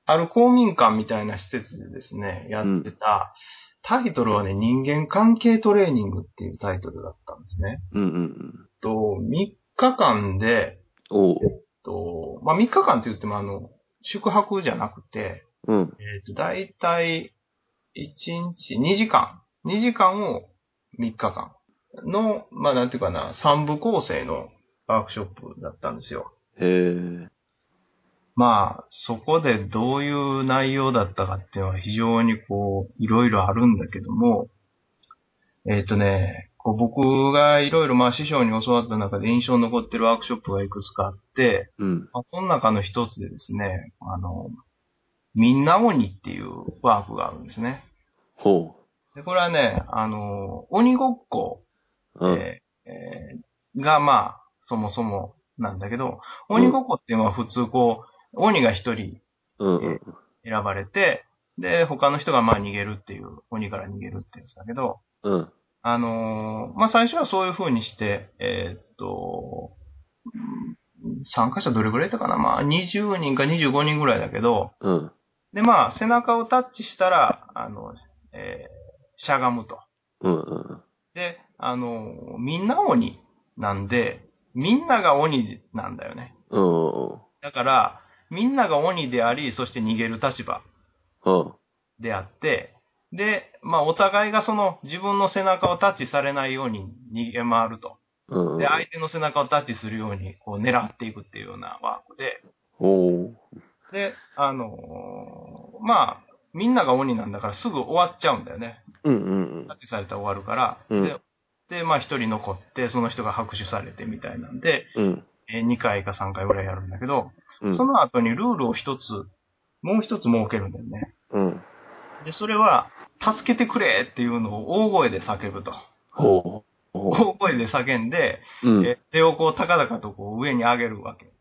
Speaker 1: ある公民館みたいな施設でですね、やってた、タイトルはね、人間関係トレーニングっていうタイトルだったんですね。
Speaker 2: うんうん。
Speaker 1: と、3日間で、
Speaker 2: おう。
Speaker 1: と、まあ、3日間って言ってもあの、宿泊じゃなくて、
Speaker 2: うん。
Speaker 1: えーっと、だいたい1日2時間、2時間を3日間の、まあ、なんていうかな、3部構成のワークショップだったんですよ。
Speaker 2: へえ。
Speaker 1: まあ、そこでどういう内容だったかっていうのは非常にこう、いろいろあるんだけども、えっ、とね、こう僕がいろいろまあ師匠に教わった中で印象に残ってるワークショップがいくつかあって、
Speaker 2: うん。
Speaker 1: まあ、その中の一つでですね、あの、みんな鬼っていうワークがあるんですね。
Speaker 2: ほ
Speaker 1: でこれはね、あの、鬼ごっこ
Speaker 2: う。うん。
Speaker 1: えーえーが、まあ、そもそもなんだけど、
Speaker 2: うん
Speaker 1: 鬼ごっこっていうのは普通こう、鬼が一人
Speaker 2: うんうん。
Speaker 1: 選ばれて、で、他の人がまあ逃げるっていう、鬼から逃げるっていうんですだけど、
Speaker 2: うん。
Speaker 1: あのーまあ最初はそういう風にして、えーっと、うん参加者どれぐらいいたかなまあ20人か25人ぐらいだけど、
Speaker 2: うん。
Speaker 1: でまあ背中をタッチしたら、あの、えーしゃがむと。
Speaker 2: うんうん。
Speaker 1: で、あのーみんな鬼なんで、みんなが鬼なんだよね。
Speaker 2: うん。
Speaker 1: だから、みんなが鬼であり、そして逃げる立場
Speaker 2: うん。
Speaker 1: であって、で、まあ、お互いがその自分の背中をタッチされないように逃げ回ると。
Speaker 2: うん。
Speaker 1: で、相手の背中をタッチするように、こう、狙っていくっていうようなワークで、
Speaker 2: おう。
Speaker 1: で、あのーまあ、みんなが鬼なんだからすぐ終わっちゃうんだよね。
Speaker 2: うんうん
Speaker 1: タッチされたら終わるから。
Speaker 2: うん
Speaker 1: で、でまあ、一人残って、その人が拍手されてみたいなんで、
Speaker 2: うん。うん。
Speaker 1: えー2回か3回ぐらいやるんだけど、
Speaker 2: うん。
Speaker 1: その後にルールを一つ、もう一つ設けるんだよね。
Speaker 2: うん。
Speaker 1: で、それは、助けてくれっていうのを大声で叫ぶと。
Speaker 2: ほう。ほ
Speaker 1: 大声で叫んで、
Speaker 2: う。うん。
Speaker 1: え手をこう高々とこう上に上げるわけ。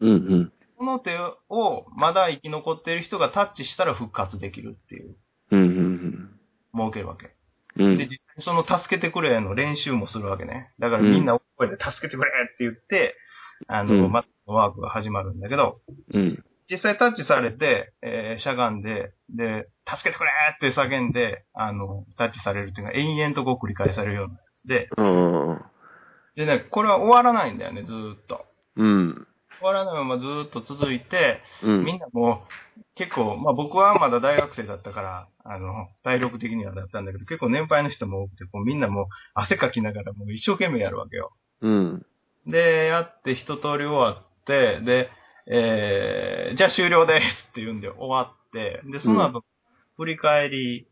Speaker 2: うんうん。
Speaker 1: この手をまだ生き残っている人がタッチしたら復活できるっていう、
Speaker 2: うんうん
Speaker 1: 設けるわけ。
Speaker 2: うん。う
Speaker 1: で、
Speaker 2: ん。
Speaker 1: 実際にその助けてくれの練習もするわけね。だからみんな大声で助けてくれって言って、あ
Speaker 2: う
Speaker 1: の、
Speaker 2: ん
Speaker 1: ま、ワークが始まるんだけど、
Speaker 2: うん。
Speaker 1: 実際タッチされて、えーしゃがんで、で、助けてくれって叫んで、あの、タッチされるっていうのが延々とこう繰り返されるようなやつで、
Speaker 2: うん。
Speaker 1: でね、これは終わらないんだよね、ずーっと。
Speaker 2: うん。
Speaker 1: 終わらないままずーっと続いて、
Speaker 2: うん。
Speaker 1: みんなもう結構、まあ僕はまだ大学生だったから、あの、体力的にはだったんだけど、結構年配の人も多くて、こうみんなもう汗かきながらもう一生懸命やるわけよ。
Speaker 2: うん。
Speaker 1: で、やって一通り終わって、で、えー、じゃあ終了ですって言うんで終わって、で、その後、振り返り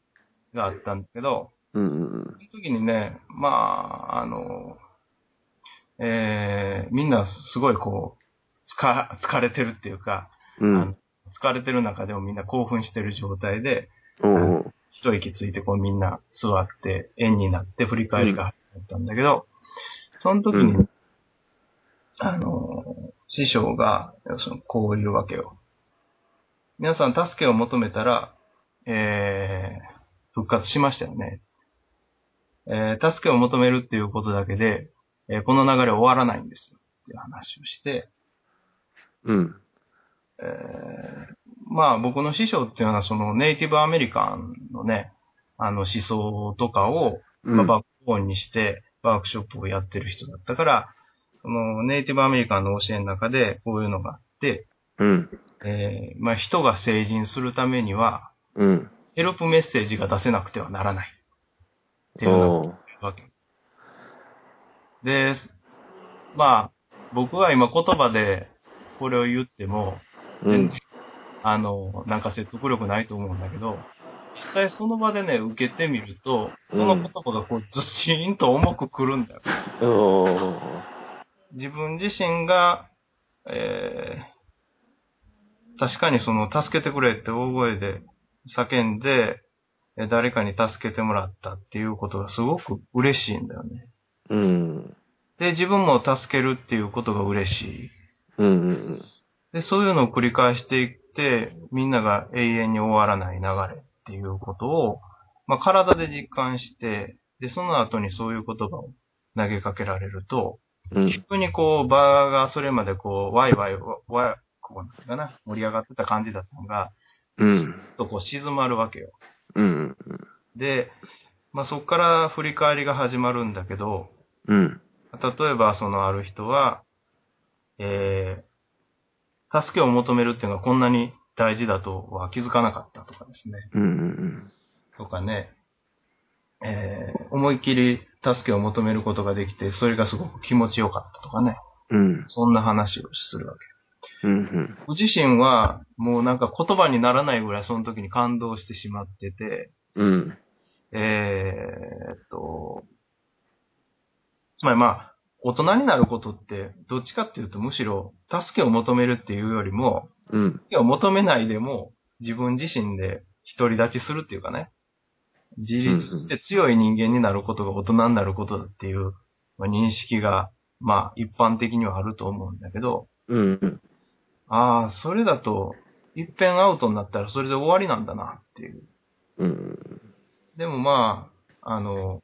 Speaker 1: があったんだけど、
Speaker 2: うんうん。
Speaker 1: その時にね、まあ、あの、えー、みんなすごいこう、疲、疲れてるっていうか、あ
Speaker 2: う
Speaker 1: の
Speaker 2: ん。
Speaker 1: 疲れてる中でもみんな興奮してる状態で、
Speaker 2: うんうん。
Speaker 1: 一息ついてこうみんな座って、円になって振り返りが始まったんだけど、その時に、
Speaker 2: うん
Speaker 1: あの、師匠が、そのこういうわけよ。皆さん助けを求めたら、えー、復活しましたよね。えー、助けを求めるっていうことだけで、えーこの流れ終わらないんですよ。っていう話をして、
Speaker 2: うん。
Speaker 1: えーまあ僕の師匠っていうのはそのネイティブアメリカンのね、あの思想とかを、
Speaker 2: う
Speaker 1: まあ、
Speaker 2: ん。
Speaker 1: バックボーンにしてワークショップをやってる人だったから、そのネイティブアメリカンの教えの中でこういうのがあって、
Speaker 2: うん。
Speaker 1: えーまあ人が成人するためには、
Speaker 2: うん。
Speaker 1: ヘルプメッセージが出せなくてはならない。っていうのが
Speaker 2: おー
Speaker 1: わけ。で、まあ、僕は今言葉でこれを言っても、
Speaker 2: うん。
Speaker 1: あの、なんか説得力ないと思うんだけど、実際その場でね、受けてみると、その言葉がこう、ずしーんと重くくるんだよ。
Speaker 2: おー
Speaker 1: 自分自身が、えー、確かにその、助けてくれって大声で叫んで、え誰かに助けてもらったっていうことがすごく嬉しいんだよね。
Speaker 2: うん。
Speaker 1: で、自分も助けるっていうことが嬉しい。
Speaker 2: うんうん
Speaker 1: で、そういうのを繰り返していって、みんなが永遠に終わらない流れっていうことを、まあ、体で実感して、で、その後にそういう言葉を投げかけられると、
Speaker 2: うん。うん。
Speaker 1: 急にこう、場がそれまでこう、ワイワイ、ワイ、ここなんていうかな、盛り上がってた感じだったのが、
Speaker 2: うん。
Speaker 1: ちょっとこう静まるわけよ。
Speaker 2: うん。
Speaker 1: で、まあ、そこから振り返りが始まるんだけど、
Speaker 2: うん。
Speaker 1: 例えば、そのある人は、えー、助けを求めるっていうのはこんなに大事だとは気づかなかったとかですね。
Speaker 2: うん。うん。
Speaker 1: とかね、えー、思いっきり助けを求めることができて、それがすごく気持ちよかったとかね、
Speaker 2: うん。
Speaker 1: そんな話をするわけ。
Speaker 2: うん。
Speaker 1: ご自身は、もうなんか言葉にならないぐらいその時に感動してしまってて、
Speaker 2: うん。
Speaker 1: えーっと、つまりまあ、大人になることって、どっちかっていうとむしろ、助けを求めるっていうよりも、
Speaker 2: うん。
Speaker 1: 助けを求めないでも、自分自身で独り立ちするっていうかね、自立して強い人間になることが大人になることだっていう、まあ、認識が、まあ、一般的にはあると思うんだけど、
Speaker 2: うん。
Speaker 1: ああ、それだと、一遍アウトになったらそれで終わりなんだなっていう。
Speaker 2: うん。
Speaker 1: でもまあ、あの、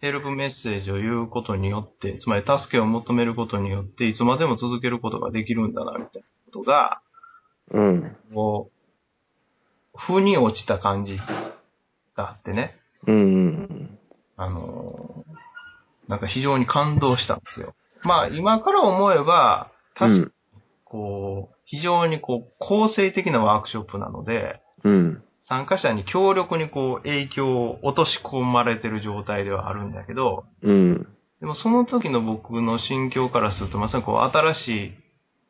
Speaker 1: ヘルプメッセージを言うことによって、つまり助けを求めることによって、いつまでも続けることができるんだな、みたいなことが、
Speaker 2: うん。
Speaker 1: こう、腑に落ちた感じがあってね、
Speaker 2: うん。
Speaker 1: あの、なんか非常に感動したんですよ。まあ今から思えば、確かにこう、非常にこう、構成的なワークショップなので、
Speaker 2: うん。
Speaker 1: 参加者に強力にこう影響を落とし込まれてる状態ではあるんだけど、
Speaker 2: うん。
Speaker 1: でもその時の僕の心境からするとまさにこう新しい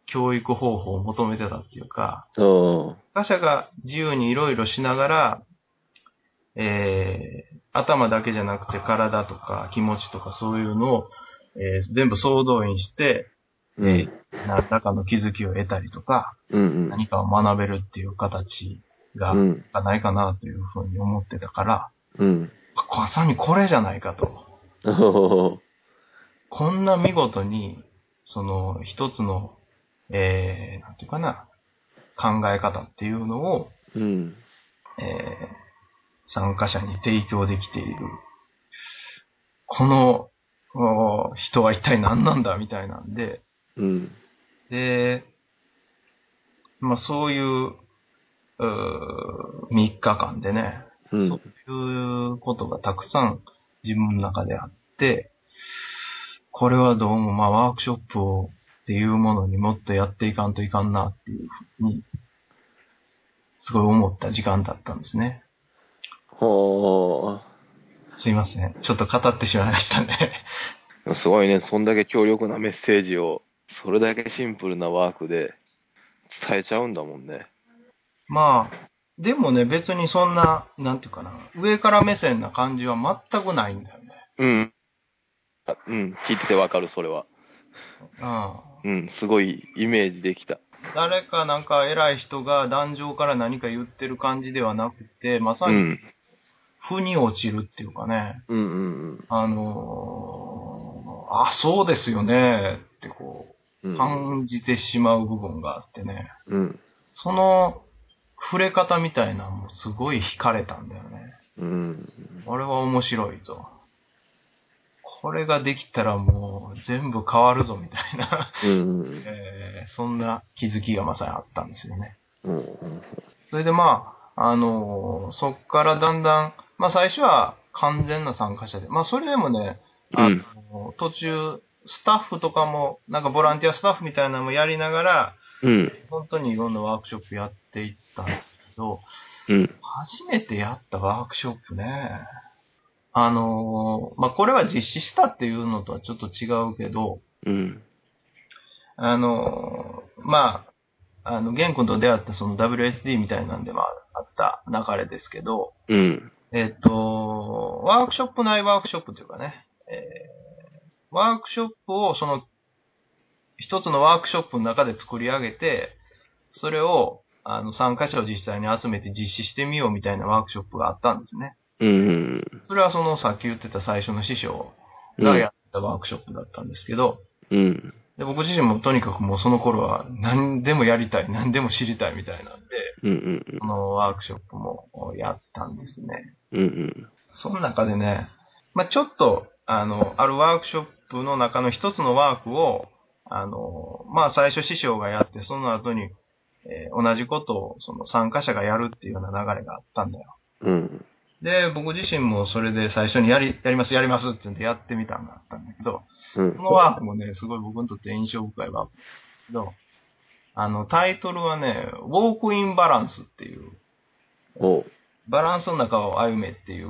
Speaker 1: 教育方法を求めてたっていうか、
Speaker 2: おー
Speaker 1: 参加者が自由にいろいろしながら、えー、頭だけじゃなくて体とか気持ちとかそういうのを、えー全部総動員して、
Speaker 2: う
Speaker 1: えー
Speaker 2: ん。
Speaker 1: 何らかの気づきを得たりとか、
Speaker 2: うん。
Speaker 1: 何かを学べるっていう形が
Speaker 2: うん。
Speaker 1: がないかなというふうに思ってたから、
Speaker 2: うん。
Speaker 1: まさにこれじゃないかと。
Speaker 2: おー
Speaker 1: こんな見事に、その一つの、えー、なんていうかな、考え方っていうのを、
Speaker 2: うん。
Speaker 1: えー、参加者に提供できている。この、お人は一体何なんだみたいなんで、
Speaker 2: うん。
Speaker 1: で、まあそういう、う3日間でね、
Speaker 2: うん。
Speaker 1: そういうことがたくさん自分の中であって、これはどうも、まあ、ワークショップをっていうものにもっとやっていかんといかんなっていうふうに、すごい思った時間だったんですね。
Speaker 2: ほ
Speaker 1: すいません。ちょっと語ってしまいましたね。
Speaker 2: う。すごいね。そんだけ強力なメッセージを、それだけシンプルなワークで伝えちゃうんだもんね。
Speaker 1: まあ、でもね、別にそんな、なんていうかな、上から目線な感じは全くないんだよね。
Speaker 2: うん。あうん。聞いててわかる、それは。
Speaker 1: ああ
Speaker 2: うん。すごいイメージできた。
Speaker 1: 誰かなんか偉い人が壇上から何か言ってる感じではなくて、まさ
Speaker 2: う
Speaker 1: に
Speaker 2: ん。
Speaker 1: 負に落ちるっていうかね、
Speaker 2: うんうん
Speaker 1: あのーあ、そうですよねってこ
Speaker 2: う
Speaker 1: う、
Speaker 2: ん。
Speaker 1: 感じてしまう部分があってね、
Speaker 2: うん。
Speaker 1: その触れ方みたいなのもすごい惹かれたんだよね。
Speaker 2: うん。
Speaker 1: これは面白いと。これができたらもう全部変わるぞみたいな、
Speaker 2: うん。
Speaker 1: えーそんな気づきがまさにあったんですよね。
Speaker 2: うん。
Speaker 1: それでまあ、あのーそっからだんだん、まあ最初は完全な参加者で、まあそれでもね、あのー途中、スタッフとかも、なんかボランティアスタッフみたいなのもやりながら、
Speaker 2: うん。
Speaker 1: 本当にいろんなワークショップやっていったんですけど、
Speaker 2: うん。
Speaker 1: 初めてやったワークショップね、あのーまあこれは実施したっていうのとはちょっと違うけど、
Speaker 2: うん。
Speaker 1: あの、まあ、あの、玄君と出会ったその WSD みたいなんで、まあ、あった流れですけど、
Speaker 2: うん。
Speaker 1: えっと、ワークショップ内ワークショップというかね、えーワークショップをその、一つのワークショップの中で作り上げて、それを、あの、参加者を実際に集めて実施してみようみたいなワークショップがあったんですね。
Speaker 2: うん。
Speaker 1: それはその、さっき言ってた最初の師匠がやったワークショップだったんですけど、
Speaker 2: うん。
Speaker 1: で、僕自身もとにかくもうその頃は何でもやりたい、何でも知りたいみたいなんで、
Speaker 2: うん。
Speaker 1: このワークショップもやったんですね。
Speaker 2: うん。
Speaker 1: その中でね、まあちょっと、あの、あるワークショップの中の一つのワークを、あの、まあ最初師匠がやって、その後に、えー同じことをその参加者がやるっていうような流れがあったんだよ。
Speaker 2: うん。
Speaker 1: で、僕自身もそれで最初にやり、やります、やりますって言ってやってみたんだったんだけど、
Speaker 2: うん
Speaker 1: このワークもね、すごい僕にとって印象深いワークですけど、あの、タイトルはね、ウォークインバランスっていう、
Speaker 2: お
Speaker 1: バランスの中を歩めっていう、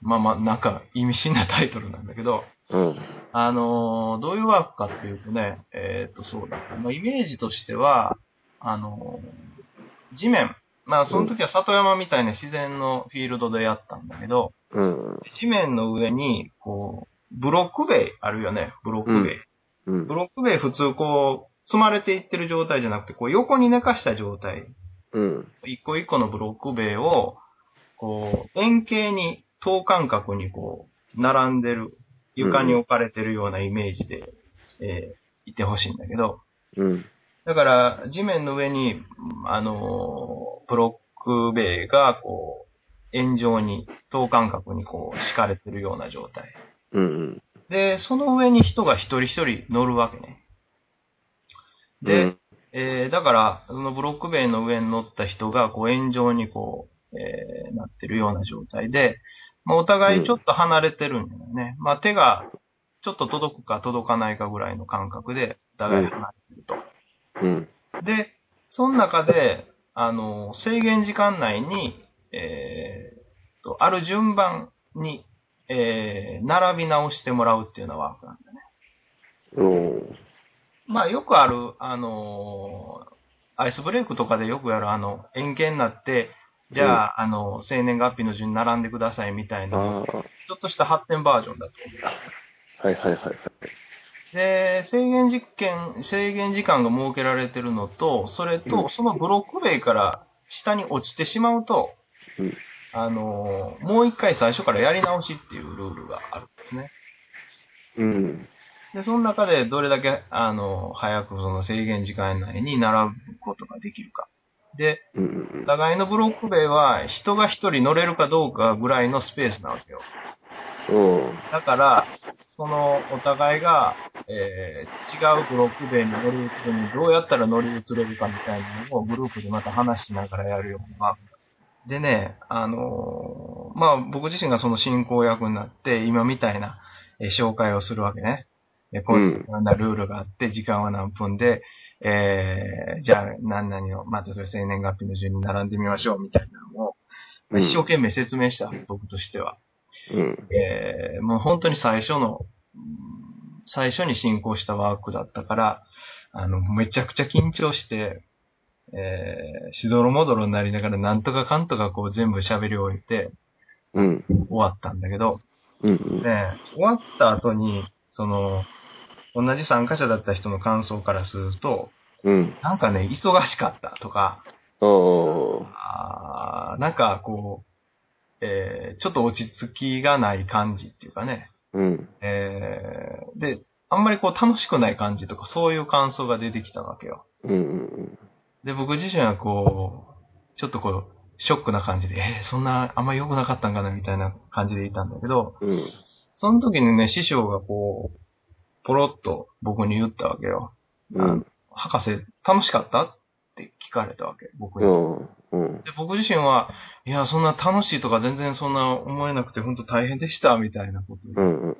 Speaker 1: まあまあ、なんか意味深なタイトルなんだけど、
Speaker 2: うん。
Speaker 1: あのーどういうワークかっていうとね、えーっと、そうだ、まあ、イメージとしては、あのー地面、まあ、その時は里山みたいな自然のフィールドでやったんだけど、
Speaker 2: うん。
Speaker 1: 地面の上に、こう、ブロック塀あるよね、ブロック塀。
Speaker 2: うんうん
Speaker 1: ブ。ロック塀普通こう、積まれていってる状態じゃなくて、こう横に寝かした状態。
Speaker 2: うん。
Speaker 1: 一個一個のブロック塀を、こう、円形に、等間隔にこう、並んでる、床に置かれてるようなイメージで、えーいてほしいんだけど、
Speaker 2: うん。
Speaker 1: だから、地面の上に、あのーブロック塀が、こう、円状に、等間隔にこう、敷かれてるような状態。
Speaker 2: うん。
Speaker 1: で、その上に人が一人一人乗るわけね。で、えーだから、そのブロック塀の上に乗った人が、こう、円状にこう、えーなってるような状態で、まあ、お互いちょっと離れてるんだよね。まあ、手が、ちょっと届くか届かないかぐらいの感覚で、お互い離れてると。
Speaker 2: うん。
Speaker 1: で、その中で、あの、制限時間内に、えーと、ある順番に、えー並び直してもらうっていうのはワークなんだね。
Speaker 2: うん。
Speaker 1: まあ、よくある、あのーアイスブレイクとかでよくやる、あの、円形になって、じゃあ、あの、生年月日の順に並んでくださいみたい
Speaker 2: ああ。
Speaker 1: な、ちょっとした発展バージョンだと思
Speaker 2: はいはいはいはい。
Speaker 1: う。で、制限実験、制限時間が設けられてるのと、それ
Speaker 2: う
Speaker 1: と、
Speaker 2: ん
Speaker 1: そのブロック塀から下に落ちてしまうと、
Speaker 2: うん
Speaker 1: あのーもう一回最初からやり直しっていうルールがあるんですね。
Speaker 2: うん。
Speaker 1: で、その中でどれだけ、あの、早くその制限時間内に並ぶことができるか。で、
Speaker 2: う
Speaker 1: お
Speaker 2: ん。
Speaker 1: 互いのブロック塀は人が一人乗れるかどうかぐらいのスペースなわけよ。
Speaker 2: うん。
Speaker 1: だから、そのお互いが、えー違うブロック塀に乗り移るにどうやったら乗り移れるかみたいなのをグループでまた話しながらやるようなワーク。でね、あのーまあ、僕自身がその進行役になって、今みたいな、えー紹介をするわけね。えこういうようなルールがあって、時間は何分で、えー、じゃあ何々の、まあ、例えば生年月日の順に並んでみましょうみたいなのを、まあ一生懸命説明した、僕としては。
Speaker 2: うん。
Speaker 1: えーもう本当に最初の、うん最初に進行したワークだったから、あの、めちゃくちゃ緊張して、えー、しどろもどろになりながら、なんとかかんとかこう全部喋り終えて
Speaker 2: うん。
Speaker 1: 終わったんだけど、
Speaker 2: うん。うん。
Speaker 1: ね、終わった後に、その、同じ参加者だった人の感想からすると、
Speaker 2: うん。
Speaker 1: なんかね、忙しかったとか、
Speaker 2: おー。
Speaker 1: あーなんかこう、えーちょっと落ち着きがない感じっていうかね、
Speaker 2: うん。
Speaker 1: えーで、あんまりこう楽しくない感じとかそういう感想が出てきたわけよ。
Speaker 2: うん。うん。
Speaker 1: で、僕自身はこう、ちょっとこう、ショックな感じで、えーそんな、あんま良くなかったんかなみたいな感じでいたんだけど、
Speaker 2: うん。
Speaker 1: その時にね、師匠がこう、ポロッと僕に言ったわけよ。
Speaker 2: うん。うん。
Speaker 1: 博士、楽しかったって聞かれたわけ、僕に。
Speaker 2: うん。
Speaker 1: で僕自身は、いや、そんな楽しいとか全然そんな思えなくて、本当大変でした、みたいなことを言って
Speaker 2: うん。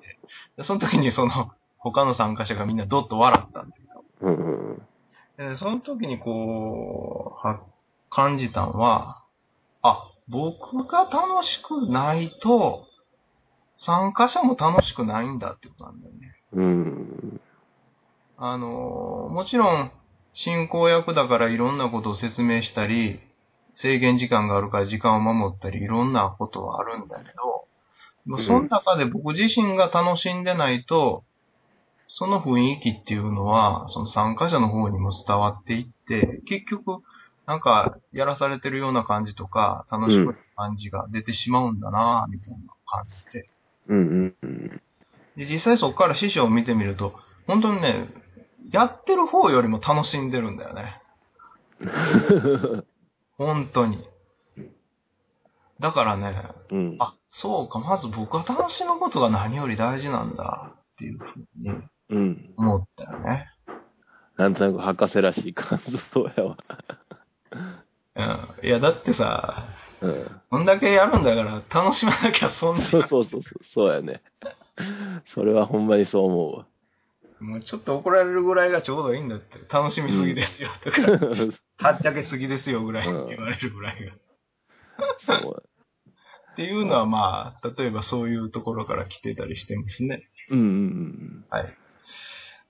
Speaker 1: でその時にその、他の参加者がみんなドッと笑ったんだけど、
Speaker 2: うん。
Speaker 1: で、その時にこう、は感じたのは、あ、僕が楽しくないと、参加者も楽しくないんだってことなんだよね。
Speaker 2: うん。
Speaker 1: あのー、もちろん、進行役だからいろんなことを説明したり、制限時間があるから時間を守ったり、いろんなことはあるんだけど、もうその中で僕自身が楽しんでないと、その雰囲気っていうのは、その参加者の方にも伝わっていって、結局、なんか、やらされてるような感じとか、楽しくない感じが出てしまうんだなぁみたいな感じで。
Speaker 2: うん。
Speaker 1: で、実際そこから師匠を見てみると、本当にね、やってる方よりも楽しんでるんだよね。本当に。だからね、
Speaker 2: うん。
Speaker 1: あ、そうか、まず僕は楽しむことが何より大事なんだっていうふうに
Speaker 2: うん。
Speaker 1: 思ったよね。
Speaker 2: なんとなく博士らしい感想やわ。
Speaker 1: うん。いや、だってさ、
Speaker 2: うん。
Speaker 1: こんだけやるんだから楽しまなきゃそんな、
Speaker 2: そうそうそう。そうやね。それはほんまにそう思うわ。
Speaker 1: もうちょっと怒られるぐらいがちょうどいいんだって。楽しみすぎですよと か、はっちゃけすぎですよぐらい
Speaker 2: うん
Speaker 1: 言われるぐらいが。
Speaker 2: そう
Speaker 1: っていうのはまあ、例えばそういうところから来てたりしてますね。
Speaker 2: うんうん
Speaker 1: はい。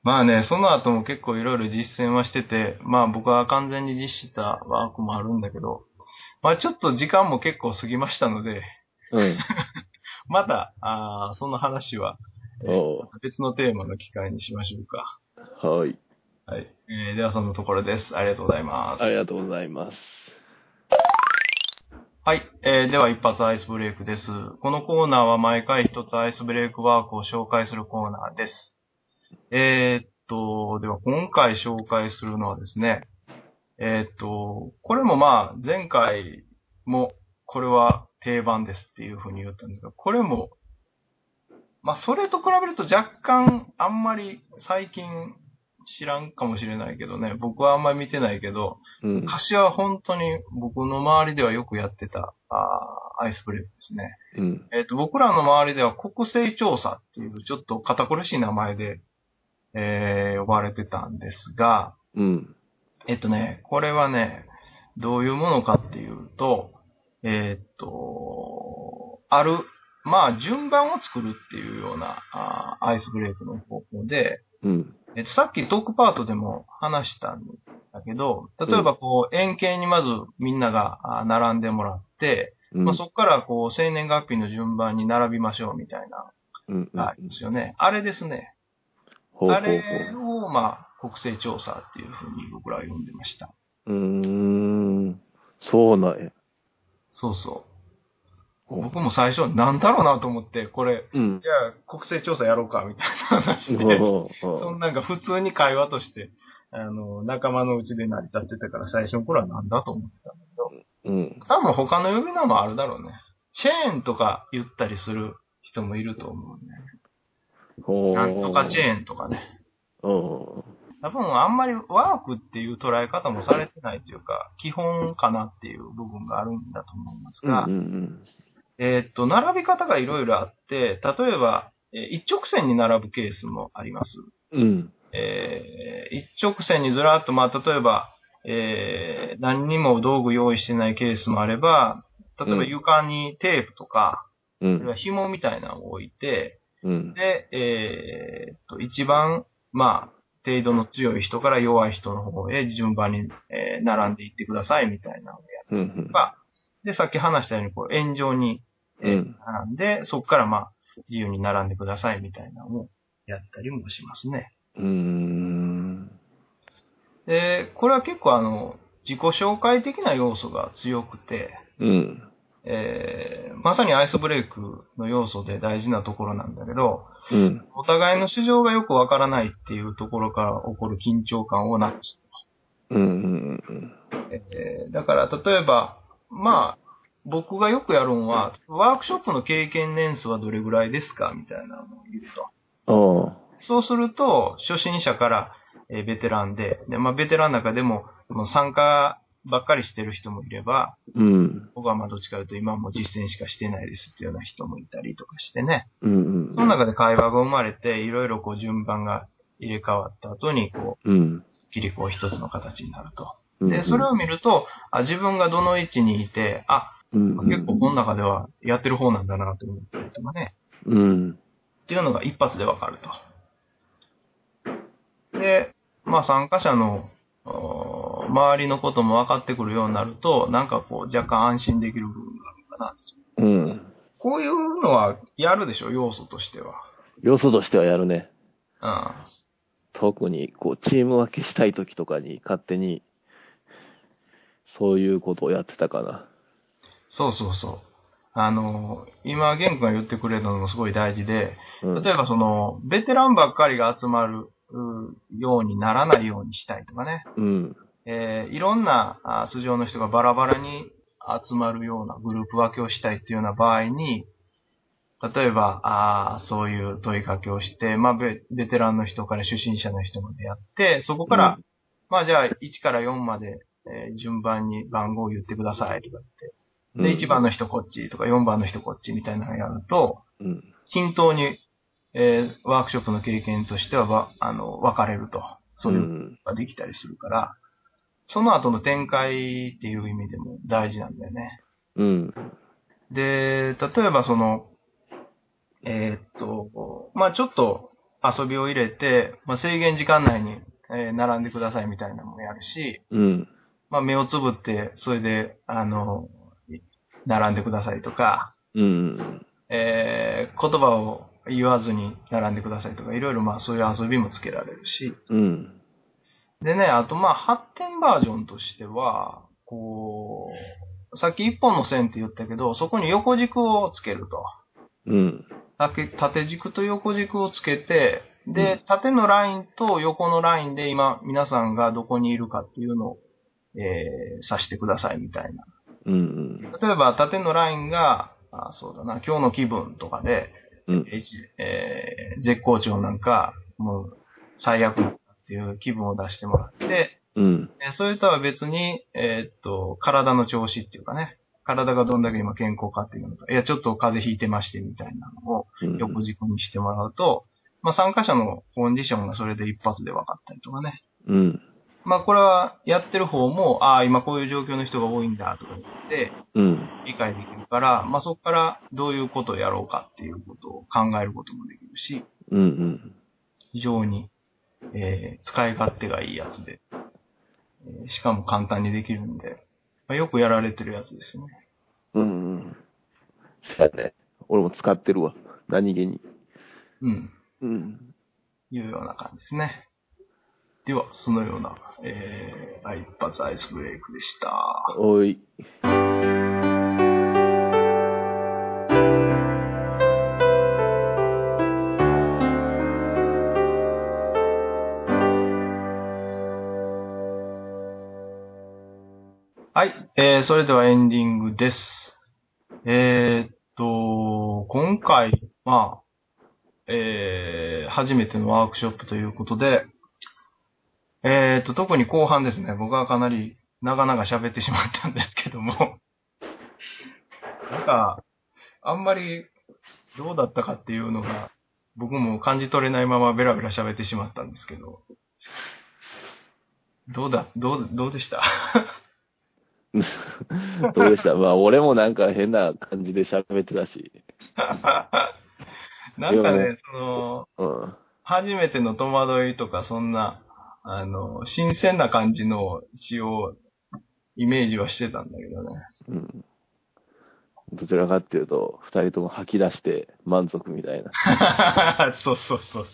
Speaker 1: まあね、その後も結構いろいろ実践はしてて、まあ僕は完全に実施したワークもあるんだけど、まあちょっと時間も結構過ぎましたので、
Speaker 2: うん。うん。
Speaker 1: また、あーその話は
Speaker 2: お
Speaker 1: 別のテーマの機会にしましょうか。
Speaker 2: うはい。
Speaker 1: はい。えーではそのところです。ありがとうございます。
Speaker 2: ありがとうございます。
Speaker 1: はい、えーでは一発アイスブレイクです。このコーナーは毎回一つアイスブレイクワークを紹介するコーナーです。えーっと、では今回紹介するのはですね、えーっと、これもまあ前回もこれは定番ですっていうふうに言ったんですが、これも、まあそれと比べると若干あんまり最近知らんかもしれないけどね、僕はあんまり見てないけど、
Speaker 2: うん。
Speaker 1: 柏は本当に僕の周りではよくやってたあーアイスブレイクですね。
Speaker 2: うん。
Speaker 1: えっ、と、僕らの周りでは国勢調査っていうちょっと堅苦しい名前で、えー呼ばれてたんですが、
Speaker 2: うん。
Speaker 1: えっ、とね、これはね、どういうものかっていうと、えっ、と、ある、まあ、順番を作るっていうようなあーアイスブレイクの方法で、
Speaker 2: うん。
Speaker 1: えっと、さっきトークパートでも話したんだけど、例えばこう、円形にまずみんながあ並んでもらって、
Speaker 2: うん。
Speaker 1: まあ、そこからこう、生年月日の順番に並びましょうみたいな
Speaker 2: うん。
Speaker 1: のがありますよね。あれですね。
Speaker 2: ほうほうほ
Speaker 1: あれ
Speaker 2: う。
Speaker 1: を、まあ、国勢調査っていうふうに僕らは呼んでました。
Speaker 2: うーん。そうなんや。
Speaker 1: そうそう。
Speaker 2: ほ
Speaker 1: 僕も最初、なんだろうなと思って、これ、
Speaker 2: ううん。
Speaker 1: じゃあ国勢調査やろうか、みたいな話で。
Speaker 2: ほう
Speaker 1: そ
Speaker 2: ほ
Speaker 1: んなんか普通に会話として、あの、仲間のうちで成り立ってたから最初の頃はなんだと思ってたんだけど、
Speaker 2: う。うん。
Speaker 1: 多分他の呼び名もあるだろうね。チェーンとか言ったりする人もいると思うね。
Speaker 2: ほう。
Speaker 1: なんとかチ
Speaker 2: ン。
Speaker 1: ェーンとかね。
Speaker 2: ほ
Speaker 1: 多分あんまりワークっていう捉え方もされてないというか、基本かなっていう部分があるんだと思います
Speaker 2: う。うん
Speaker 1: が、
Speaker 2: うん
Speaker 1: えーっと、並び方がいろいろあって、例えば、えー一直線に並ぶケースもあります。
Speaker 2: うん。
Speaker 1: えー一直線にずらっと、まあ、例えば、えー何にも道具用意してないケースもあれば、例えば
Speaker 2: うん
Speaker 1: 床にテープとか、
Speaker 2: う
Speaker 1: あるい
Speaker 2: ん。
Speaker 1: は紐みたいなのを置いて、
Speaker 2: うん。
Speaker 1: で、えーっと、一番、まあ、程度の強い人から弱い人の方へ順番に、えー並んでいってくださいみたいなのをやる。
Speaker 2: うん。
Speaker 1: で、さっき話したように、こう、円状に
Speaker 2: うん。
Speaker 1: 並んで、そこからまあ、自由に並んでくださいみたいなのをやったりもしますね。
Speaker 2: うん。
Speaker 1: で、これは結構あの、自己紹介的な要素が強くて、
Speaker 2: うん。
Speaker 1: えーまさにアイスブレイクの要素で大事なところなんだけど、
Speaker 2: うん。
Speaker 1: お互いの市場がよくわからないっていうところから起こる緊張感をなくす
Speaker 2: うん。
Speaker 1: と。えーだから例えば、まあ、僕がよくやるのは、ワークショップの経験年数はどれぐらいですかみたいなのを言うと。
Speaker 2: ああ。
Speaker 1: そうすると、初心者から、えーベテランで、でまあ、ベテランの中でも、もう参加ばっかりしてる人もいれば、
Speaker 2: うん。
Speaker 1: 僕はまあどっちかというと今もう実践しかしてないですっていうような人もいたりとかしてね。
Speaker 2: うん。
Speaker 1: その中で会話が生まれて、いろいろこう順番が入れ替わった後に、こ
Speaker 2: うん。
Speaker 1: う、切りこう一つの形になると。
Speaker 2: うん。
Speaker 1: で、それを見ると、あ、自分がどの位置にいて、あ、
Speaker 2: うん、
Speaker 1: 結構この中ではやってる方なんだなと思ったりとかね。
Speaker 2: うん。
Speaker 1: っていうのが一発でわかると。で、まあ参加者のおー周りのことも分かってくるようになると、なんかこう若干安心できる部分があるのかなって
Speaker 2: うん。
Speaker 1: こういうのはやるでしょ、要素としては。
Speaker 2: 要素としてはやるね。
Speaker 1: うん。
Speaker 2: 特に、こう、チーム分けしたい時とかに、勝手に、そういうことをやってたかな。
Speaker 1: そうそうそう。あの、今、玄君が言ってくれたのもすごい大事で、
Speaker 2: うん。
Speaker 1: 例えばその、ベテランばっかりが集まるうようにならないようにしたいとかね、
Speaker 2: うん。
Speaker 1: えーいろんなあ素性の人がバラバラに集まるようなグループ分けをしたいっていうような場合に、例えば、あーそういう問いかけをして、まあベ、ベテランの人から初心者の人までやって、そこから、まあじゃあ1から4まで、えー順番に番号を言ってくださいとか
Speaker 2: うん、
Speaker 1: 言って、で、1番の人こっちとか4番の人こっちみたいなのをやると、
Speaker 2: うん。
Speaker 1: 均等に、えーワークショップの経験としてはわ、あの、分かれると。そういう
Speaker 2: うん。
Speaker 1: ができたりするから、その後の展開っていう意味でも大事なんだよね。
Speaker 2: うん。
Speaker 1: で、例えばその、えーっと、まあちょっと遊びを入れて、まあ、制限時間内に、えー並んでくださいみたいなのもやるし、
Speaker 2: うん。
Speaker 1: まあ目をつぶって、それで、あの、並んでくださいとか、
Speaker 2: うん。
Speaker 1: えー言葉を言わずに並んでくださいとか、いろいろまあそういう遊びもつけられるし、
Speaker 2: うん。
Speaker 1: でね、あとまあ発展バージョンとしては、こう、さっき一本の線って言ったけど、そこに横軸をつけると。
Speaker 2: うん。
Speaker 1: 縦縦軸と横軸をつけて、
Speaker 2: う
Speaker 1: で、縦のラインと横のラインで今皆さんがどこにいるかっていうのを、えー、指してくださいみたいな。
Speaker 2: うん。
Speaker 1: 例えば縦のラインが、あそうだな、今日の気分とかで、
Speaker 2: うん。
Speaker 1: えーじえー絶好調なんか、もう最悪っていう気分を出してもらって、
Speaker 2: うん。
Speaker 1: えーそれとは別に、えーっと、体の調子っていうかね、体がどんだけ今健康かっていうのか、いや、ちょっと風邪ひいてましてみたいなのを
Speaker 2: うん
Speaker 1: 横軸にしてもらうと、まあ参加者のコンディションがそれで一発で分かったりとかね。
Speaker 2: うん。
Speaker 1: まあこれはやってる方も、ああ、今こういう状況の人が多いんだとか言って
Speaker 2: うん。
Speaker 1: 理解できるから、まあそこからどういうことをやろうかっていうことを考えることもできるし、
Speaker 2: うん。
Speaker 1: 非常に、えー使い勝手がいいやつで、えーしかも簡単にできるんで、まあ、よくやられてるやつですよね。
Speaker 2: うん。そうやね。俺も使ってるわ。何気に。
Speaker 1: うん。
Speaker 2: うん。
Speaker 1: いうような感じですね。では、そのような、えー、一発アイスブレイクでした。
Speaker 2: おい。
Speaker 1: はい、えー、それではエンディングです。えー、っと、今回、まあ、えー、初めてのワークショップということで、えー、っと、特に後半ですね、僕はかなり長々喋ってしまったんですけども、なんか、あんまりどうだったかっていうのが、僕も感じ取れないままベラベラ喋ってしまったんですけど、どうだ、どう、どうでした
Speaker 2: どうでしたま あ、俺もなんか変な感じで喋ってたし。
Speaker 1: なんか
Speaker 2: いや
Speaker 1: ね、その、
Speaker 2: うん。
Speaker 1: 初めての戸惑いとか、そんな、あの、新鮮な感じの、一応、イメージはしてたんだけどね。
Speaker 2: うん。どちらかっていうと、二人とも吐き出して満足みたいな。
Speaker 1: そうそうそうそう。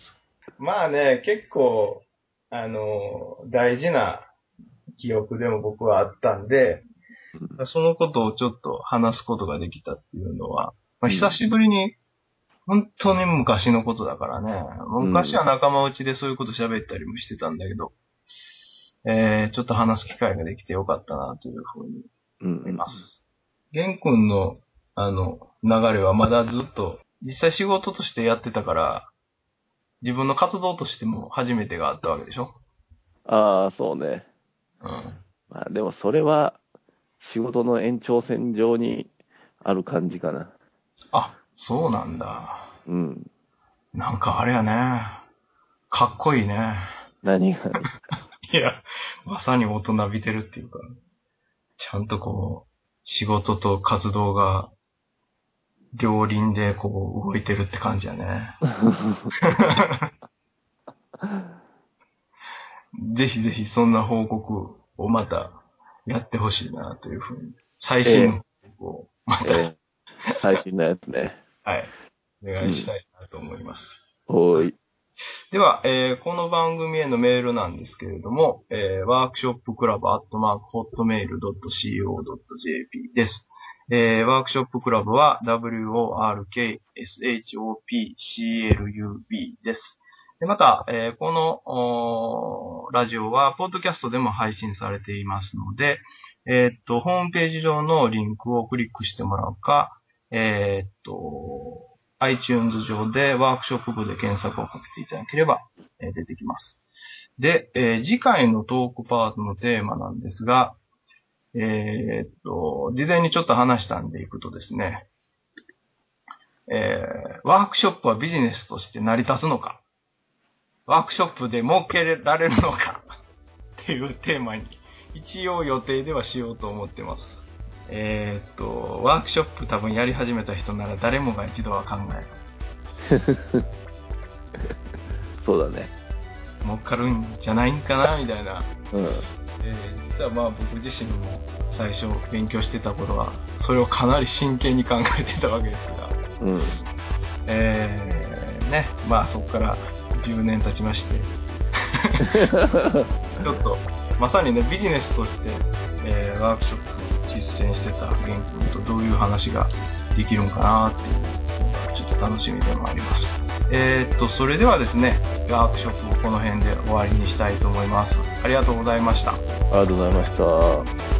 Speaker 1: まあね、結構、あの、大事な記憶でも僕はあったんで、そのことをちょっと話すことができたっていうのは、まあ、
Speaker 2: うん
Speaker 1: 久しぶりに、本当に昔のことだからね。昔は仲間内でそういうこと喋ったりもしてたんだけど、えー、ちょっと話す機会ができてよかったなというふうに
Speaker 2: うん。
Speaker 1: 思います。玄君の、あの、流れはまだずっと、実際仕事としてやってたから、自分の活動としても初めてがあったわけでしょ
Speaker 2: ああ、そうね。
Speaker 1: うん。
Speaker 2: まあ、でもそれは、仕事の延長線上にある感じかな。
Speaker 1: あ、そうなんだ。
Speaker 2: うん。
Speaker 1: なんかあれやね。かっこいいね。
Speaker 2: 何が。
Speaker 1: いや、まさに大人びてるっていうか、ちゃんとこう、仕事と活動が、両輪でこう動いてるって感じやね。ぜひぜひそんな報告をまたやってほしいなというふうに。最新の報告をまた、
Speaker 2: えー最新のやつね。
Speaker 1: はい、お願いしたいなと思います。
Speaker 2: おい。
Speaker 1: では、えーこの番組へのメールなんですけれども、えー、ワークショップクラブアットマークホットメール .co.jp です。えーワークショップクラブは workshopclub です。でまた、えーこのおーラジオは、ポッドキャストでも配信されていますので、えーっと、ホームページ上のリンクをクリックしてもらうか、えーっと、iTunes 上でワークショップ部で検索をかけていただければ、えー出てきます。で、えー次回のトークパートのテーマなんですが、えーっと、事前にちょっと話したんでいくとですね、えーワークショップはビジネスとして成り立つのかワークショップで儲けられるのかっていうテーマに一応予定ではしようと思ってます。えーっと、ワークショップ多分やり始めた人なら誰もが一度は考える。
Speaker 2: そうだね。
Speaker 1: 儲かるんじゃないんかなみたいな、
Speaker 2: うん。
Speaker 1: えー実はまあ僕自身も最初勉強してた頃はそれをかなり真剣に考えてたわけですが、
Speaker 2: うん。
Speaker 1: えーねまあそこから10年経ちましてちょっとまさにねビジネスとして、えーワークショップを実践してた元君とどういう話ができるんかなっていうちょっと楽しみでもありますえーっとそれではですねワークショップをこの辺で終わりにしたいと思いますありがとうございました
Speaker 2: ありがとうございました。